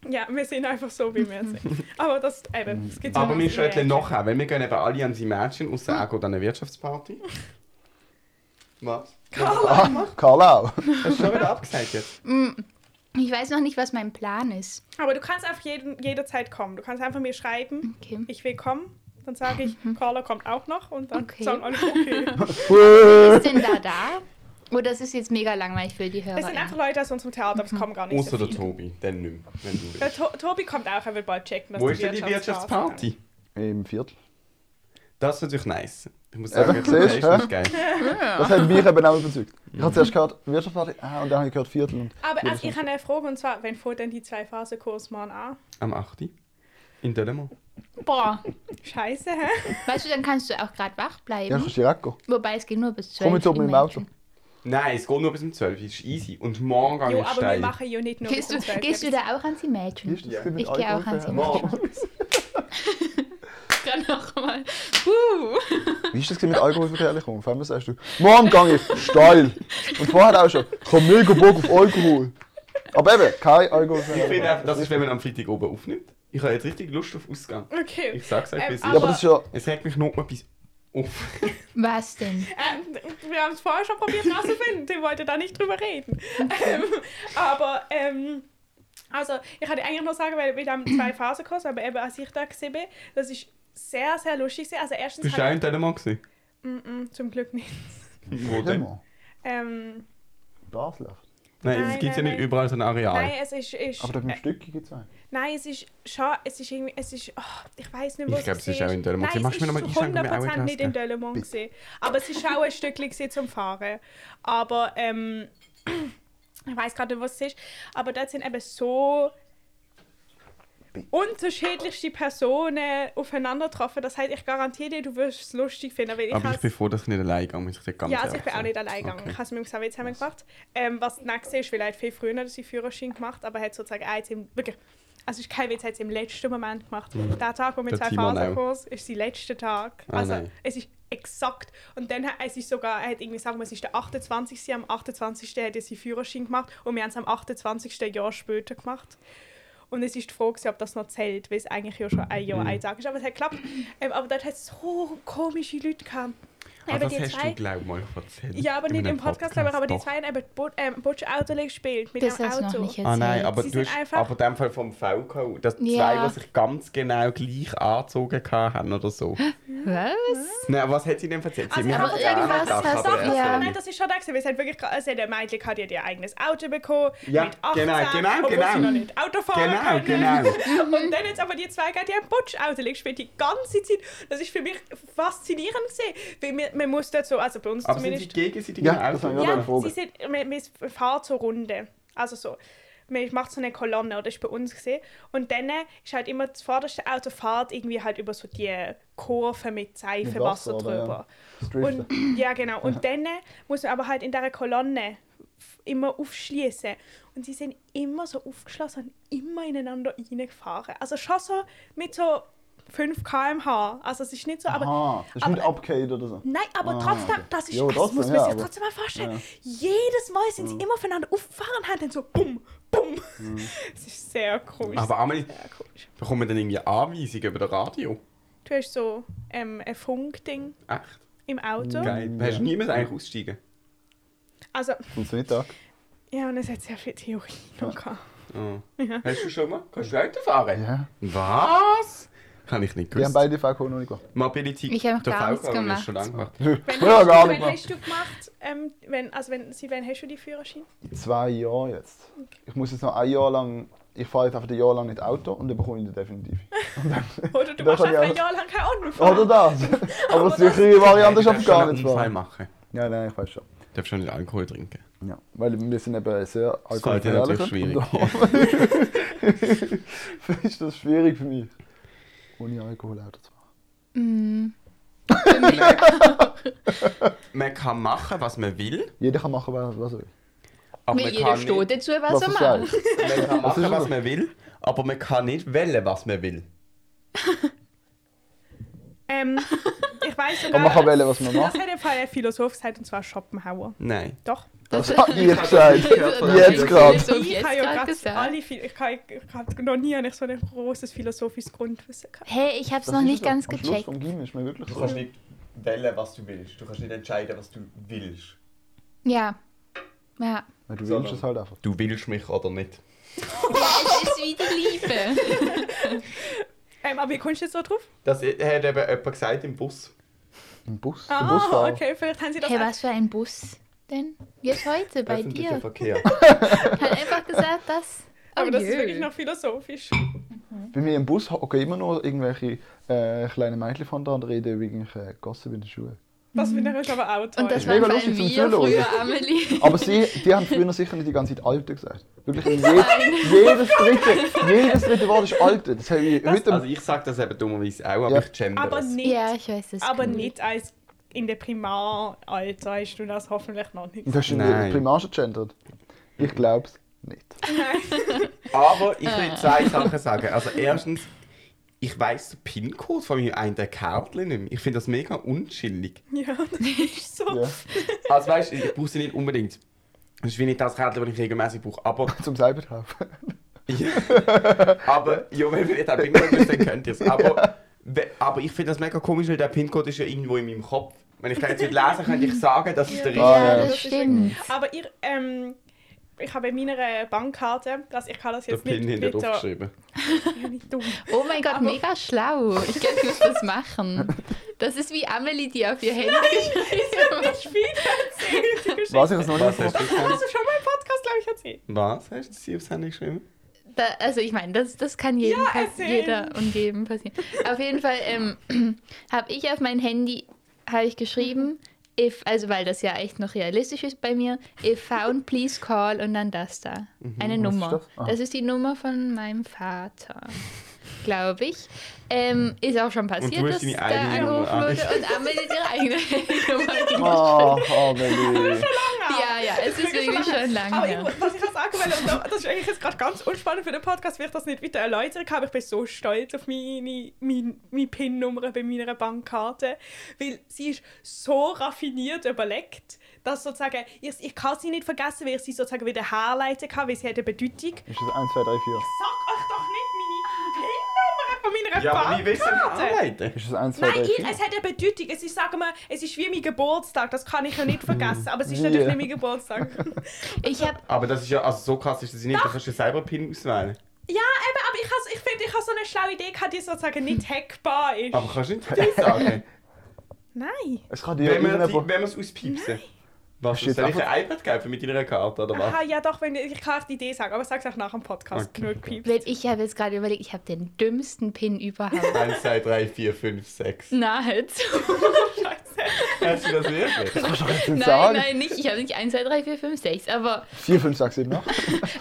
Hm. Ja, wir sind einfach so, wie wir sind. Aber das eben, es gibt Aber so wir unsere Regeln. schütteln nachher, weil wir gehen eben alle an sie Mädchen aus Hm. der Ego an eine Wirtschaftsparty. Was? Ah, Karl auch. Hast du schon wieder abgesagt jetzt? Ich weiß noch nicht, was mein Plan ist. Aber du kannst einfach jeden, jederzeit kommen. Du kannst einfach mir schreiben, Okay. ich will kommen. Dann sage ich, Carla kommt auch noch. Und dann Mhm. Okay. sagen alle, okay. Ist denn da da? Oder das ist jetzt mega langweilig für die Es sind Hörer. einfach Leute aus unserem Theater, aber Mhm. es kommen gar nicht Außer so der viele. Tobi, dann nicht mehr, wenn du Der willst. to Tobi kommt auch, er will bald checken, dass Wo ist denn die Wirtschaftsparty? Im Viertel. Das ist natürlich nice. Ich muss sagen, Eben, die Location siehst du, ist geil. Das hat mich eben auch überzeugt. Ich habe zuerst gehört Wirtschaftsparty, ah, und dann habe ich gehört Viertel. Und Aber also, ich habe eine Frage, und zwar, wenn vor denn die zwei Phasen Kurs morgen an? Am 8. In Delamont. Boah. Scheiße, hä? Weißt du, dann kannst du auch gerade wach ja, bleiben. kannst du direkt gehen. Wobei es geht nur bis 12 Komm jetzt oben Uhr im Auto. Menschen. Nein, es geht nur bis um 12 ist easy. Und morgen gehe Jo, ich aber wir steil. machen ja nicht nur Gehst du, bis um 12. gehst du da auch ans Wie Imagine? ist das Ja. denn mit Ich gehe auch ans Alkohol? Imagine. Dann nochmal. Uh. Wie ist das mit Alkoholverherrlichung? Auf einmal sagst du, morgen gehe ich steil. Und vorher auch schon, ich habe mega Bock auf Alkohol. Aber eben, kein Ich Alkoholverherrlichung. finde, einfach, das ist, wenn man am Freitag oben aufnimmt. Ich habe jetzt richtig Lust auf Ausgang. Okay. Ich sag's euch, Ähm, wie es aber- Ja, aber ist. das ist ja... Es regt mich noch etwas auf. Was denn? Ähm, wir haben es vorher schon probiert herauszufinden. Tim wollte da nicht drüber reden. Ähm, aber, ähm, also, ich hatte eigentlich noch sagen, weil wir haben zwei Phasen gehabt, aber eben als ich da gesehen bin, das ist sehr, sehr lustig. gewesen. Also, erstens. Du bist hab auch in Delamont gewesen. ich- Mm-mm, zum Glück nicht. Wo denn? Immer. Ähm, Basel. Nein, es Nein, gibt ja nein, nicht nein. überall so ein Areal. Nein, es ist. ist Aber da beim äh, Stückchen gibt es einen. nein, es ist schon. Es ist irgendwie. Es ist. Oh, ich weiß nicht, wo Ich glaube, es ist war. auch in Dölemont. Nein, Machst es du mir ist nochmal zu ich sag mir auch 100% nicht in etwas. Dölemont. Bitte. gewesen. Aber es ist auch ein Stückchen gewesen zum Fahren. Aber ähm, ich weiß gerade nicht, was es ist. Aber dort sind eben so unterschiedlichste Personen aufeinander getroffen. Das heißt, ich garantiere dir, du wirst es lustig finden. Weil ich Aber ich has- bin froh, dass ich nicht allein gegangen bin. Ich dir ganz ja, also ich ehrlich bin auch sagen. nicht allein gegangen. Okay. Ich habe es mit dem Xavier zusammen gemacht. Ähm, was nächste ist, weil er hat viel früher den Führerschein gemacht, aber er hat sozusagen auch jetzt im, wirklich, also es ist kein Witz, er hat es im letzten Moment gemacht. Der Tag, wo wir Mhm. Der zwei Timon auch. Phasenkurs, ist sein letzter Tag. Ah, also nein. es ist exakt. Und dann hat es ist sogar, er hat irgendwie sagen, wir, es ist der 28. Am 28. hat er seinen Führerschein gemacht und wir haben es am 28. Jahr später gemacht. Und es ist die Frage, gewesen, ob das noch zählt, weil es eigentlich ja schon ein Mhm. Jahr, ein Tag ist. Aber es hat geklappt. Ähm, aber dort hat es so komische Leute gehabt. Ah, Eben das die hast zwei- du, glaube ich, mal erzählt. ja, aber In nicht einem im Podcast, glaube ich, aber die Doch. zwei haben eben Bo ähm, Butch Autole gespielt mit Das dem hast du noch Auto. nicht erzählt. Ah nein, aber Sie du sind hast, einfach- aber in dem Fall vom VKU, dass die Ja. zwei, die sich ganz genau gleich angezogen haben oder so. Was? nein, was hat sie denn erzählt? Sie, Also, wir aber haben es irgendwas auch hast- gedacht, Doch, aber Ja. ja. erzähl Nein, nicht. das ist schon da gewesen. weil Es hat wirklich es hat ein Mädchen gehabt, die hat ihr eigenes Auto bekommen. Ja, mit 18, genau, genau, obwohl genau. sie noch nicht Auto fahren Genau, können. Und dann jetzt aber die zwei gehabt, die haben Butch Autole gespielt die ganze Zeit. Das ist für mich faszinierend gesehen, weil man, man muss dort so, also bei uns Aber sind sie zumindest. gegenseitig Ja, im das Auto? habe ich auch Ja, eine Frage. sie sind, man, man fährt so Runde. Also so. Man macht so eine Kolonne, oder ist bei uns gesehen. Und dann ist halt immer das vorderste Auto fährt irgendwie halt über so die Kurve mit Seifenwasser Wasser, aber ja. drüber. Das Und, Driften. ja, genau. Und dann muss man aber halt in dieser Kolonne f- immer aufschließen. Und sie sind immer so aufgeschlossen und immer ineinander reingefahren. Also schon so mit so 5 km/h. Also es ist nicht so, aber Aha, das ist nicht aber- abgehakt oder so. Nein, aber Ah, trotzdem, okay. das ist, Jo, das muss trotzdem, man ja, sich aber- trotzdem mal vorstellen. ja. Mhm. Jedes Mal sind sie immer voneinander aufgefahren und haben dann so bumm, bumm. Es ist sehr komisch. Aber Amelie, sehr komisch. bekommen wir dann irgendwie Anweisungen über das Radio? Du hast so ähm, ein Funkding Echt? im Mhm. Auto. Geil. Hast du niemals eigentlich aussteigen? Also, Zum Mittag. ja, und es hat sehr viel Theorie noch gehabt. Oh. Hast du schon mal? Kannst du weiterfahren? Ja. Was? Kann ich nicht Wir haben gewusst. beide VK noch nicht gemacht. Mobility. Ich habe noch der gar VKU nichts ist gemacht. schon lang gemacht. Wenn, Ja, hast, gar du, nicht wenn gemacht. hast du gemacht, ähm, wenn, also wenn, sie, wenn hast du die Führerschein? In zwei Jahren jetzt. Ich muss jetzt noch ein Jahr lang. Ich fahre jetzt einfach ein Jahr lang nicht Auto und dann bekomme ich den definitiv. Oder du Das machst habe ich einfach ein auch. Jahr lang keinen Unfall. Oder das. Aber die das- sichere Variante ist Du darfst einfach gar schon nicht einen Unfall fahren. machen. Ja, nein, ich weiß schon. Du darfst schon nicht Alkohol trinken. Ja. Weil wir sind eben sehr Das fällt dir natürlich schwierig. ist das schwierig für mich. Ohne Alkohol Auto zu fahren. Mm. Man kann machen, was man will, Jeder kann machen, was was er will. aber Weil man jeder kann, nicht, steht dazu, was, Was er er macht. sagt. man kann Das ist machen, was so. man will, aber man kann nicht wählen, was man will. Ähm, ich weiß sogar, Kann machen wählen, was man das macht. hat ein Fall ein Philosoph gesagt, und zwar Schopenhauer. Nein. Doch. Das hat die jetzt gesagt. Jetzt gerade. Das habe ich ich jetzt habe ja gerade grad gesagt. alle viel, ich habe ich habe noch nie nicht so ein großes philosophisches Grundwissen gehabt. Hey, ich habe es Das noch ist nicht so. ganz Am Schluss gecheckt. vom Gym ist man wirklich Du so. kannst nicht wählen, was du willst. Du kannst nicht entscheiden, was du willst. Ja. Ja. Ja, Du Sondern- willst es halt einfach. Du willst mich oder nicht. Es ist wie die Liebe. Ähm, aber wie kommst du jetzt so drauf? Das hat eben jemand gesagt im Bus. Im Bus. Im Ah, Busfahrer. okay, vielleicht haben sie das. Hey, was für ein Bus denn? Jetzt heute bei Öffentlicher dir. Verkehr. Hat einfach gesagt, das. Aber Oh das jö. ist wirklich noch philosophisch. Bei mir im Bus hocken immer noch irgendwelche äh, kleinen Mädchen von da und reden über irgendwelche Gossip in der Schule. Das finde ich ist aber auch toll. Und das war- waren mega vor allem lustig zum wir Zuhören. früher, Amelie. Aber sie, die haben früher sicher nicht die ganze Zeit Alte gesagt. Wirklich in je, jedes, dritte, jedes dritte Wort ist Alte. Das habe ich heute... Also ich sage das eben dummerweise auch, aber Ja. ich gender aber es. nicht, Ja, ich weiß es. aber gut. nicht als in der Primaralter hast du das hoffentlich noch nicht. du hast in der Nein. Primar schon gegendert. Ich glaube es nicht. Aber ich Ah. will zwei Sachen sagen. Also erstens, ich weiss den PIN-Code von meinem einen Kärtchen nicht mehr. Ich finde das mega unschillig. Ja, das ist so. Ja. Also weißt du, ich brauche sie nicht unbedingt. Das ist wie nicht das Kärtchen, das ich regelmäßig brauche. Aber, Zum selber kaufen. aber ja, wenn ihr den PIN-Code wisst, dann könnt ihr es. Aber, we- aber ich finde das mega komisch, weil der PIN-Code ist ja irgendwo in meinem Kopf. Wenn ich den jetzt nicht lesen könnte ich sagen, das ist der Ah, richtige. Ja, ja. das stimmt. Aber ihr, ähm, ich habe in meiner Bankkarte, dass ich kann das Der jetzt PIN nicht hinter mit der, draufgeschrieben. Ja, nicht dumm. Oh mein Gott, mega schlau. Ich glaube, ich muss das machen. Das ist wie Amelie, die auf ihr Handy geschrieben hat. Ich wieder erzählt die Geschichte. Was ich es noch Was nicht hast du gesagt? Hast du schon mal im Podcast, glaube ich, erzählt? Was hast du sie aufs Handy geschrieben? Da, also ich meine, das, das kann jedem Ja, pass- erzähl. jeder und jedem passieren. Auf jeden Fall ähm, habe ich auf mein Handy habe ich geschrieben, if, also weil das ja echt noch realistisch ist bei mir, if found, please call und dann das da. Mhm, Eine was ist Nummer. das? Ah. Das ist die Nummer von meinem Vater. Glaube ich. Ähm, ist auch schon passiert, du hast dass deine da eigene Nummer Ah. angerufen wurde und Amelie ihre eigene Nummer. Oh, Amelie. Ja, ja, es ist wirklich schon lange Aber her. ich, was ich jetzt sagen will, und da- das ist eigentlich jetzt gerade ganz unspannend für den Podcast, weil ich das nicht weiter erläutert habe. Ich bin so stolz auf meine, meine, meine PIN-Nummer bei meiner Bankkarte, weil sie ist so raffiniert überlegt, dass sozusagen, ich, ich kann sie nicht vergessen, weil ich sie sozusagen wieder herleiten kann, weil sie hat eine Bedeutung. Ist das 1, 2, 3, 4? Sag euch doch nicht meine PIN-Nummer von meiner willst du Bankkarte! Ist das 1, 2, Nein, 3, Gil, 4? es hat eine Bedeutung. Es ist, sagen wir, es ist wie mein Geburtstag. Das kann ich ja nicht vergessen. Aber es ist natürlich Ja. nicht mein Geburtstag. Ich habe Aber das ist ja, also so krass ist das nicht, da kannst du selber PIN auswählen. ja, eben, aber ich, has- ich finde, ich habe so eine schlaue Idee gehabt, die sozusagen nicht hackbar ist. Aber kannst du nicht das sagen? Nein. Es kann dir wenn, wir, die- irgendjemand... wenn wir es auspiepsen. Was, Steht soll ich einfach- ein iPad geben mit deiner Karte oder was? Aha, ja doch, wenn, ich kann auch die Idee sagen, aber sag's auch nach dem Podcast. Okay. Genug Pieps. weil ich habe jetzt gerade überlegt, ich habe den dümmsten Pin überhaupt. 1, 2, 3, 4, 5, 6. Nahezu. Scheiße. Hast du das wirklich? Kannst du doch jetzt nicht Nein, sagen? nein, nicht. Ich habe nicht 1, 2, 3, 4, 5, 6. Aber 4, 5, 6, 7, 8.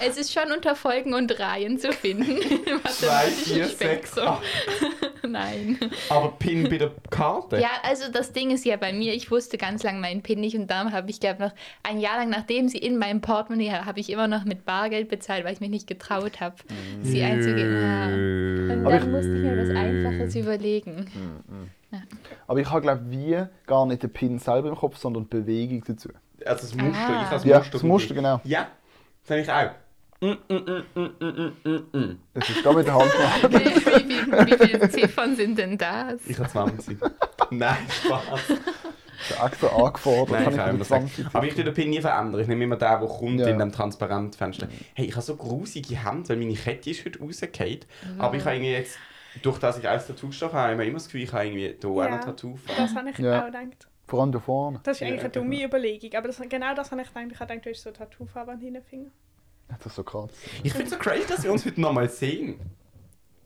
es ist schon unter Folgen und Reihen zu finden. 2, Im mathematischen 4, 6, Spektrum. 8. Nein. Ah, Aber PIN bei der Karte? Ja, also das Ding ist ja bei mir, ich wusste ganz lang meinen PIN nicht und darum habe ich, glaube noch ein Jahr lang, nachdem sie in meinem Portemonnaie war, habe ich immer noch mit Bargeld bezahlt, weil ich mich nicht getraut habe, sie einzugeben. Ja. Und Aber dann musste ich mir was Einfaches überlegen. Aber ich habe, glaube ich, wie gar nicht den Pin selber im Kopf, sondern die Bewegung dazu. Also das Muster, Ah. ich habe das Ja, Muster. das Muster, gemacht. genau. Ja, das habe ich auch. Mm, mm, mm, mm, mm, mm, mm, mm. Das ist da mit der Hand gemacht. Wie, wie, wie, wie viele Ziffern sind denn das? Ich habe 20. Nein, Spaß. Das ist extra angefordert. Nein, ich kann ich kann mit immer sagen. 20 Aber ich tue den Pin nie verändern. Ich nehme immer den, der kommt Ja. Mhm. in dem Transparentfenster. Hey, ich habe so grusige Hände, weil meine Kette ist heute rausgefallen. Mhm. Aber ich habe irgendwie jetzt, durch das ich alles dazu gestochen habe, habe ich immer das Gefühl, ich habe irgendwie hier auch Ja. ein Tattoo. Das habe ich Ja. auch gedacht. Vor allem da vorne. Das ist eigentlich Ja, genau. eine dumme Überlegung, aber das, genau das habe ich gedacht. Ich habe gedacht, du hast so Tattoofarbe an deinen Fingern. Das ist so krass. Ich finde es so crazy, dass wir uns heute nochmal sehen.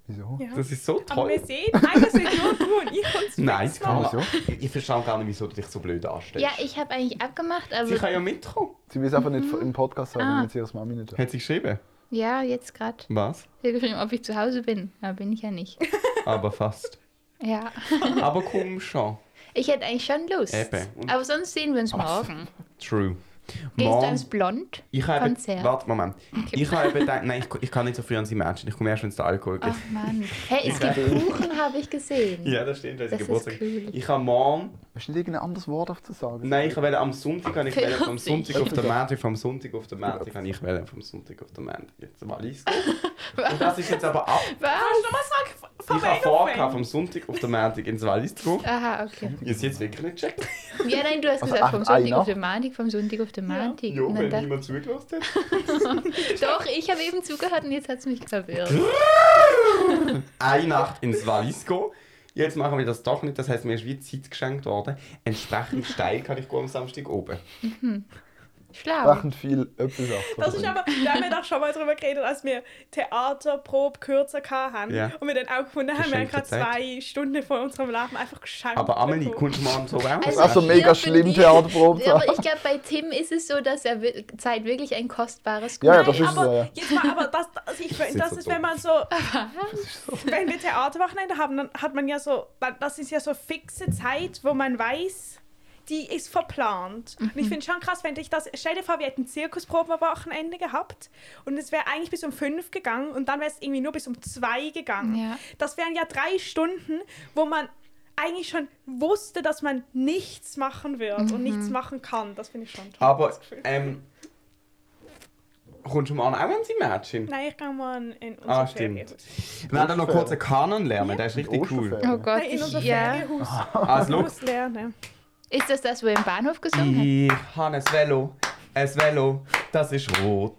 Wieso? Ja. Das ist so Aber toll. wir sehen, nein, das sind nur du und ich und Nein, das kann Wieso? man. Ich verstehe gar nicht, wieso du dich so blöd anstellst. Ja, ich habe eigentlich abgemacht, also Sie aber kann ja mitkommen. Sie will es einfach nicht im Podcast sagen, Ah. wenn sie ihre Mami nicht hat. Hat sie geschrieben? ja, jetzt gerade. Was? Ich habe geschrieben, ob ich zu Hause bin. Aber bin ich ja nicht. Aber fast. Ja. Aber komm schon. Ich hätte eigentlich schon Lust. Eben. Und- Aber sonst sehen wir uns morgen. True. Gehst du Morgen- ans Blond? Ich habe. Konzert. Warte, Moment. Ich habe gedacht, nein, ich, ich kann nicht so früh an sie Menschen. Ich komme erst, wenn es der Alkohol gibt. Ach Mann. Hey, es gibt Kuchen, habe ich gesehen. Ja, das stimmt, weil sie Das ist Geburtstag cool. Ich habe morgen. Hast du nicht irgendein anderes Wort auf zu sagen? Nein, ich wollte am Sonntag. habe Ich Für wollte vom Sonntag auf den Öffentlich. Montag, vom Sonntag auf den Montag. habe Ich wollte vom Sonntag auf den Montag. Jetzt mal eins. Und das ist jetzt aber ab. Was? Kannst du nochmal sagen? Von Ich habe vorgehabt, vom Sonntag auf den Montag ins Wallis zu gehen. Aha, okay. Jetzt jetzt wirklich nicht checkt. Ja, nein, du hast Also gesagt, acht vom Sonntag Eier noch? auf den Montag, vom Sonntag auf den Montag. Jo, Und wenn dann dachte, niemand zugelassen hat. doch, ich habe eben zugehört und jetzt hat es mich verwirrt. eine Nacht ins Wallis gehen. Jetzt machen wir das doch nicht, das heißt, mir ist wie Zeit geschenkt worden. Entsprechend steil kann ich gehen am Samstag oben. Schlau. Brechend viel Apfelsaft. Das ist aber, da haben wir doch schon mal drüber geredet, als wir Theaterprobe kürzer hatten. Ja. Und wir dann auch gefunden haben, wir haben Geschenkte gerade Zeit. zwei Stunden von unserem Leben einfach geschenkt. Aber Amelie, bekommen. kommst du morgen so raus? Also- auch so mega hier schlimm, bin ich- Theaterproben zu Aber haben. ich glaube, bei Tim ist es so, dass er wi- Zeit wirklich ein kostbares Gut Ja, ja, ist. das ist aber, so, ja. jetzt mal, aber das, das, ich, Das ist das so ist, dumm. wenn man so, wenn wir Theaterwochenende haben, dann hat man ja so, dann- das ist ja so fixe Zeit, wo man weiß, die ist verplant. Und ich finde schon krass, wenn ich das, stell dir vor, wir hätten Zirkusproben am Wochenende gehabt und es wäre eigentlich bis um fünf gegangen und dann wäre es irgendwie nur bis um zwei gegangen. Ja. Das wären ja drei Stunden, wo man eigentlich schon wusste, dass man nichts machen wird und nichts machen kann. Das finde ich schon Ah. toll. Aber, das Gefühl. ähm, kommst du morgen auch ans Mädchen? Nein, ich kann mal in- in unser Ah, stimmt. Ferienhaus. Wir werden dann noch kurz einen Kanon lernen, der ist richtig cool. Oh Gott, Nein, in ich, unser ja. Ferienhaus. Also, Ich schau, muss lernen. Ist das das, wo er im Bahnhof gesungen hat? ich habe ein Velo, ein Velo, das ist rot.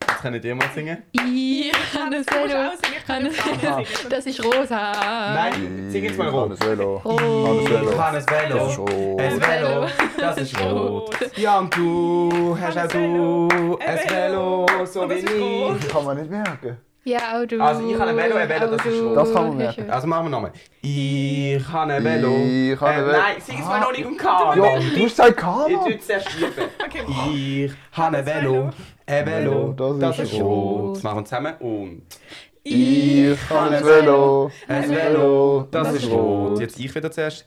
Jetzt Können ihr mal singen? I, das Hannes muss Velo. auch singen, ich kann Hannes- jetzt auch singen. Das ist rosa. Nein, Oh, sing jetzt mal rot. Hannes Velo. Rot. Hannes Velo. Hannes Velo. Das ist rot. Es Velo, das ist rot. Ja, und du hast auch du es Velo, so Und wie das ist rot. ich. Kann man nicht merken. Ja, auch du. Also, ich habe ein Velo, ein Velo, das ist Auch du. rot. Das kann man merken. Ja, schön. Also machen wir nochmal. Ich habe ein Velo. Ich habe ein äh, Velo. Nein, sing es mal noch nicht um Ja, Kabel. du hast gesagt Ich Kana. tue es zerschieben. Okay. Ich habe ein Velo, ein Velo, das ist rot. Das machen wir zusammen und... Ich kann Hannes ein Velo. Ein Velo, Das ist rot. Jetzt ich wieder zuerst.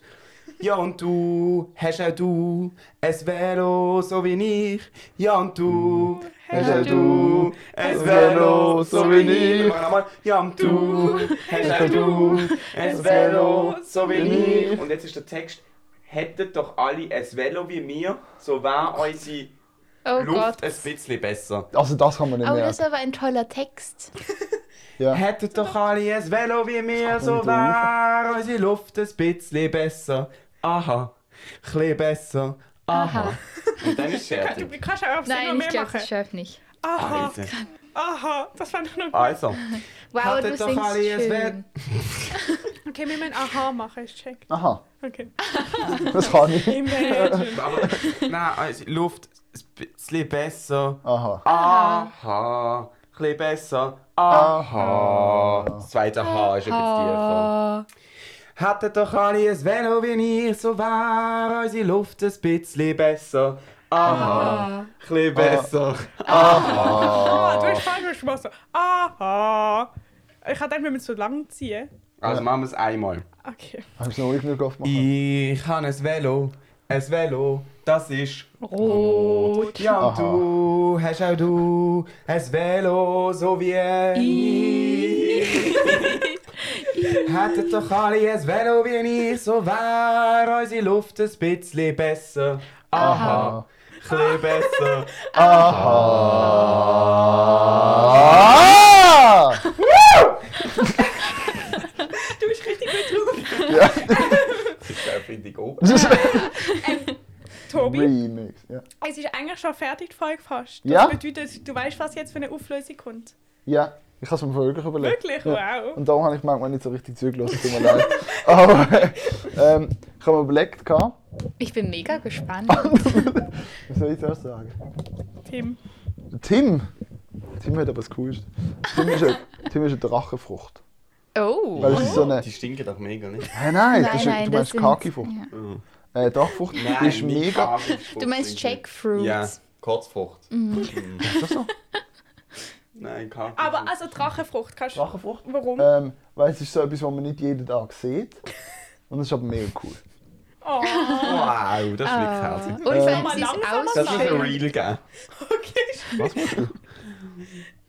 Ja und du, hast auch du, es Velo, so wie ich. Ja und du, hast auch du, es Velo, so wie ich. Wir machen nochmal. Ja und du, hast auch du, es Velo, so wie ich. Und jetzt ist der Text. Hättet doch alle es Velo wie mir, so war unsere Oh Luft Gott. ein bisschen besser. Also das kann man nicht Oh, das merken. ist aber ein toller Text. Ja. Hättet doch alle es Velo wie mir, kommt so auf. wär unsere Luft ein bisschen besser. Aha, chli besser. Aha. Aha. Und dann ist Du du kannst auch auf Sinn noch Nein, ich mehr glaube, machen. das schafft nicht. Aha, aha, das fand ich noch gut. Ah, Also, Wow, Hattet du doch alle ihr singst Velo. schön. Okay, wir müssen aha machen, ich check. Aha. Okay. Das kann ich. Imagine. aber, nein, unsere Luft ein bisschen besser. Aha. Ah. Aha, chli besser. Aha. Das zweite H ist ein bisschen tiefer. Ah. Hätten doch alle ein Velo wie ich, so wär unsere Luft ein bisschen besser. Aha, Ah. chli besser. Ah, du hast falsch gemacht. so. Aha. Ich hatte gedacht, wir müssen so lang ziehen. Also machen wir es einmal. Okay. Habe ich noch nicht genug aufgemacht? Ich habe ein Velo, ein Velo, das ist Rot. Ja, und Aha. du hast auch du ein Velo, so wie ich. Hättet doch alle ein Velo wie ich, so wär unsere Luft ein bisschen besser. Aha, Aha. chli besser. Ah! Du bist richtig gut drauf. Finde ich auch. Tobi, Remix. Ja. es ist eigentlich schon fertig, die Folge fast. Das Ja. bedeutet, du weißt, was jetzt für eine Auflösung kommt. ja. Ich habe es mir wirklich überlegt. Wirklich? Ja. Wow. Und darum habe ich manchmal nicht so richtig zugelassen, tut mir leid. Aber ähm, ich habe mir überlegt, gehabt, Ich bin mega gespannt. was soll ich zuerst sagen? Tim. Tim! Tim hat aber das Coolste. Tim ist eine, Tim ist eine Drachenfrucht. Oh. Weil es ist so eine. Die stinken doch mega, nicht? Hä, nein, das ist, du meinst sind- Kakifrucht. ja. Äh, Drachenfrucht die ist mega. Du meinst Jackfruits. Ja, Kurzfrucht. Mhm. Ist das so? Nein, Kakao. Aber also Drachenfrucht kannst du. Drachenfrucht? Warum? Ähm, weil es ist so etwas, was man nicht jeden Tag sieht. Und das ist aber mega cool. Oh. Wow, das ist wirklich Ah. herzig. Und vor allem, Mal sie langsam, ist Äh, Das muss ein ausschön. Real geben. Okay. Was machst du?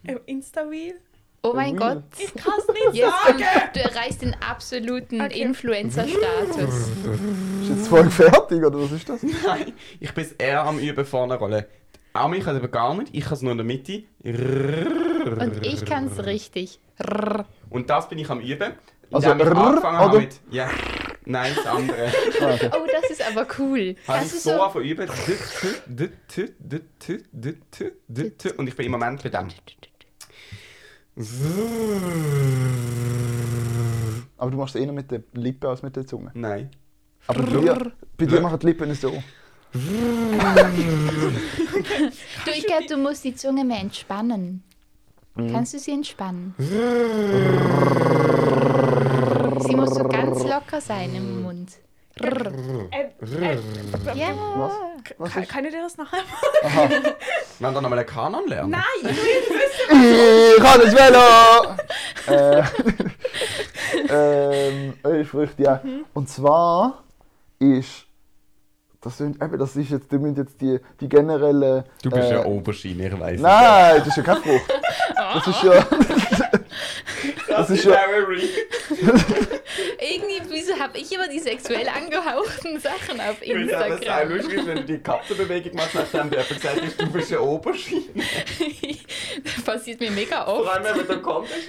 Ähm, Insta-Wheel? Oh mein Real. Gott. Ich kann es nicht Jetzt sagen. du erreichst den absoluten Okay. Influencer-Status. Ist jetzt voll fertig oder was ist das? Nein, ich bin eher am Üben vorne Rolle. Auch ich kann es aber gar nicht, ich kann es nur in der Mitte. Und ich kann es richtig. Rrr. Und das bin ich am Üben. Also, Also, ich rrr, angefangen habe oder? mit. Ja, nein, das andere. Ah, okay. Oh, das ist aber cool. Habe ich Kannst du so so. angefangen üben. Dü- dü- dü- dü- dü- dü- dü- dü- dü- Und ich bin im Moment bei dem. Aber du machst es eher mit den Lippen als mit der Zunge. Nein. Aber bei dir, bei dir machen die Lippen so. Du, ich glaube, du musst die Zunge mehr entspannen. Kannst du sie entspannen? Sie muss so ganz locker sein im Mund. Rrr. Ähm, ähm, Ja. Was kann, ist? kann ich dir das nachher machen? Wollen wir nochmal einen Kanon lernen? Nein! Ich kann das Velo! äh, ähm, Ölfrüchte, ja. Und zwar ist. Das, sind, eben, das ist jetzt, du müsst jetzt die, die generelle. Du bist äh, ja Oberschiene, ich weiß. Nein, das ist ja keine Frucht. Das ist ja. Das ist ja. Irgendwie wieso habe ich immer die sexuell angehauchten Sachen auf Ich finde das auch Instagram. lustig, wenn du die Katzenbewegung machst, nachdem du einfach gesagt hast, du bist ein Oberschiene. das passiert mir mega Vor oft. allem, wenn du kommst, ich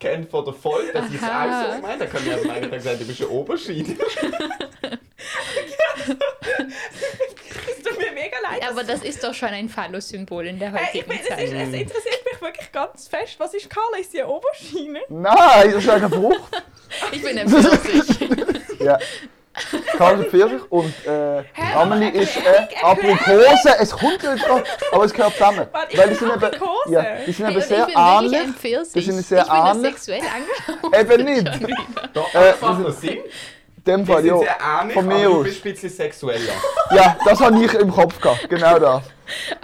kenne von der Folge, dass ich es Aha. auch so meine. Da kann ich also meinen, dann sagen, du bist ein Oberschiene. Es tut mir mega leid. Aber das ist doch schon ein Phallus-Symbol in der Äh, ich heutigen bin, es, ist, Zeit. es interessiert mich wirklich ganz fest, was ist Kalesien? Oberschiene? Nein, das ist eine Frucht. Ich bin ein Pfirsich. ja. Kalte Pfirsich und äh, Hä, Amelie aber ist äh, erklär- Aprikose. Es kommt ja nicht drauf, aber es gehört zusammen. Warte, Weil die sind eben, Aprikose? ja, die sind Und eben ich bin sehr wirklich ähnlich. ein Pfirsich. Die sind sehr ich bin da ähnlich. sexuell angeschaut. Eben nicht. Doch, Äh, das macht noch Sinn. In dem Wir Fall, sind sehr ja. ähnlich, Von aber mir du aus. bist ein bisschen sexueller. Ja, das habe ich im Kopf gehabt. Genau das.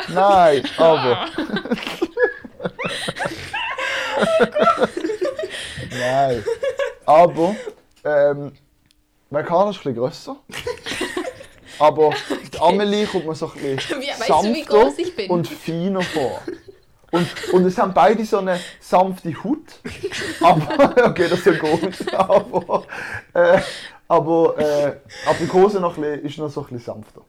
Nein, Ah. aber. Nein. Aber, ähm, mein Kader ist ein bisschen grösser. Aber die Amelie kommt mir so ein bisschen Wie- weißt du, wie sanfter groß ich bin? und feiner vor. Und, und es haben beide so eine sanfte Haut. Aber, okay, das ist ja gut. Aber, äh, aber äh, Aprikose noch ein bisschen, ist noch so ein bisschen sanfter.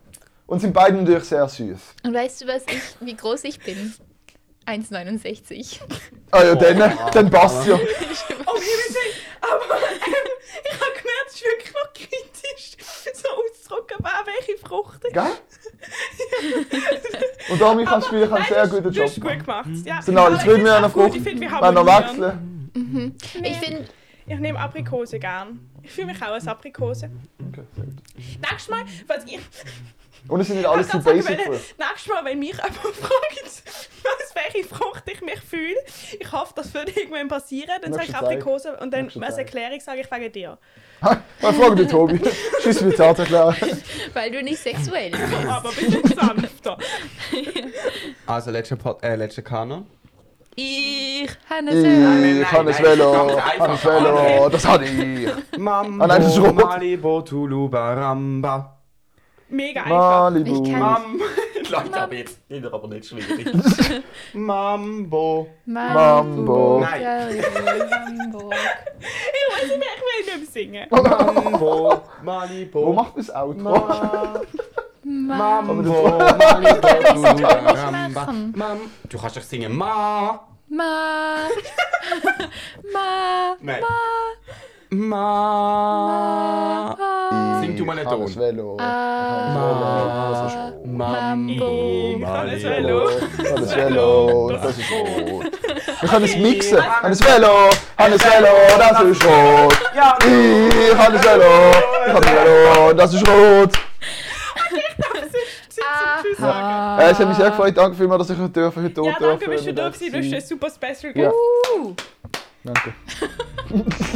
Und sind beide natürlich sehr süß. Und weißt du, was ich, wie groß ich bin? 1,69. Ah ja, dann, dann passt ja. Oh, ich will sagen, aber ähm, ich habe gemerkt, es ist wirklich noch kritisch, so auszudrücken, wer welche Frucht ist. Gell? Und damit kannst du vielleicht einen sehr guten Du Job Genau, hast gut machen. gemacht. Ja. Sind alle Aber ich zufrieden mit find's einer auch gut, Frucht? Ich finde, wir Wenn noch harmonieren. wechseln? Ich finde, Ich nehme Aprikose gern. Ich fühle mich auch als Aprikose. Okay, sehr gut. Nächstes Mal, falls ihr. Und es sind nicht alles Ich so wollte gerade basic. sagen, wenn- Frucht. Nächstes Mal, wenn mich jemand fragt, was welche Frucht ich mich fühle, ich hoffe, das würde irgendwann passieren, dann sage ich Nächster Tag. Aprikose und dann Nächster als Tag. Erklärung sage ich wegen dir. Mal fragen den Tobi. Tschüss mit Taterklar. weil du nicht sexuell bist. Aber ein bisschen sanfter. Also, letzter, Pod äh, letzter Kanon. Ich habe nein, Ich habe nein, ein Velo. ganz Habe ein einfach. Velo. Das habe ich. Mambo, Ah, nein, das ist rot. Malibu, Tulubaramba. Mega einfach. Malibu. Ich kann- Mam. Leute, aber jetzt nicht, aber nicht schwierig. Mambo. Mambo. Nein. Mambo. Ich weiß nicht mehr, ich will nicht mehr singen. Ah. Mambo, Malibu. Wo macht man das Auto? Ma Mambo. Mambo, Das Malibu, kann ich Tulubaramba. machen. Mam. Du kannst doch singen Ma. Ma. Ma. Nein. Ma. Ma. Sing du mal nicht Ich habe ein Ton. Velo. Oh, Ah. Mambo, Ich kann nicht Malibu. Velo. Hannes Velo, das ist rot. Wir können es mixen. Hannes- Hannes Velo, Hannes Velo, das ist rot. Ja, Ich, Hannes Velo, ich Hannes Velo, das ist rot. Tschüss sagen. Äh, es hat mich sehr gefreut. Danke vielmals, dass ich heute dürfen, heute Ja, dürfen. danke, bist du da dürfen gewesen. Du bist ein super Special Ja. Guest. Uh. Danke.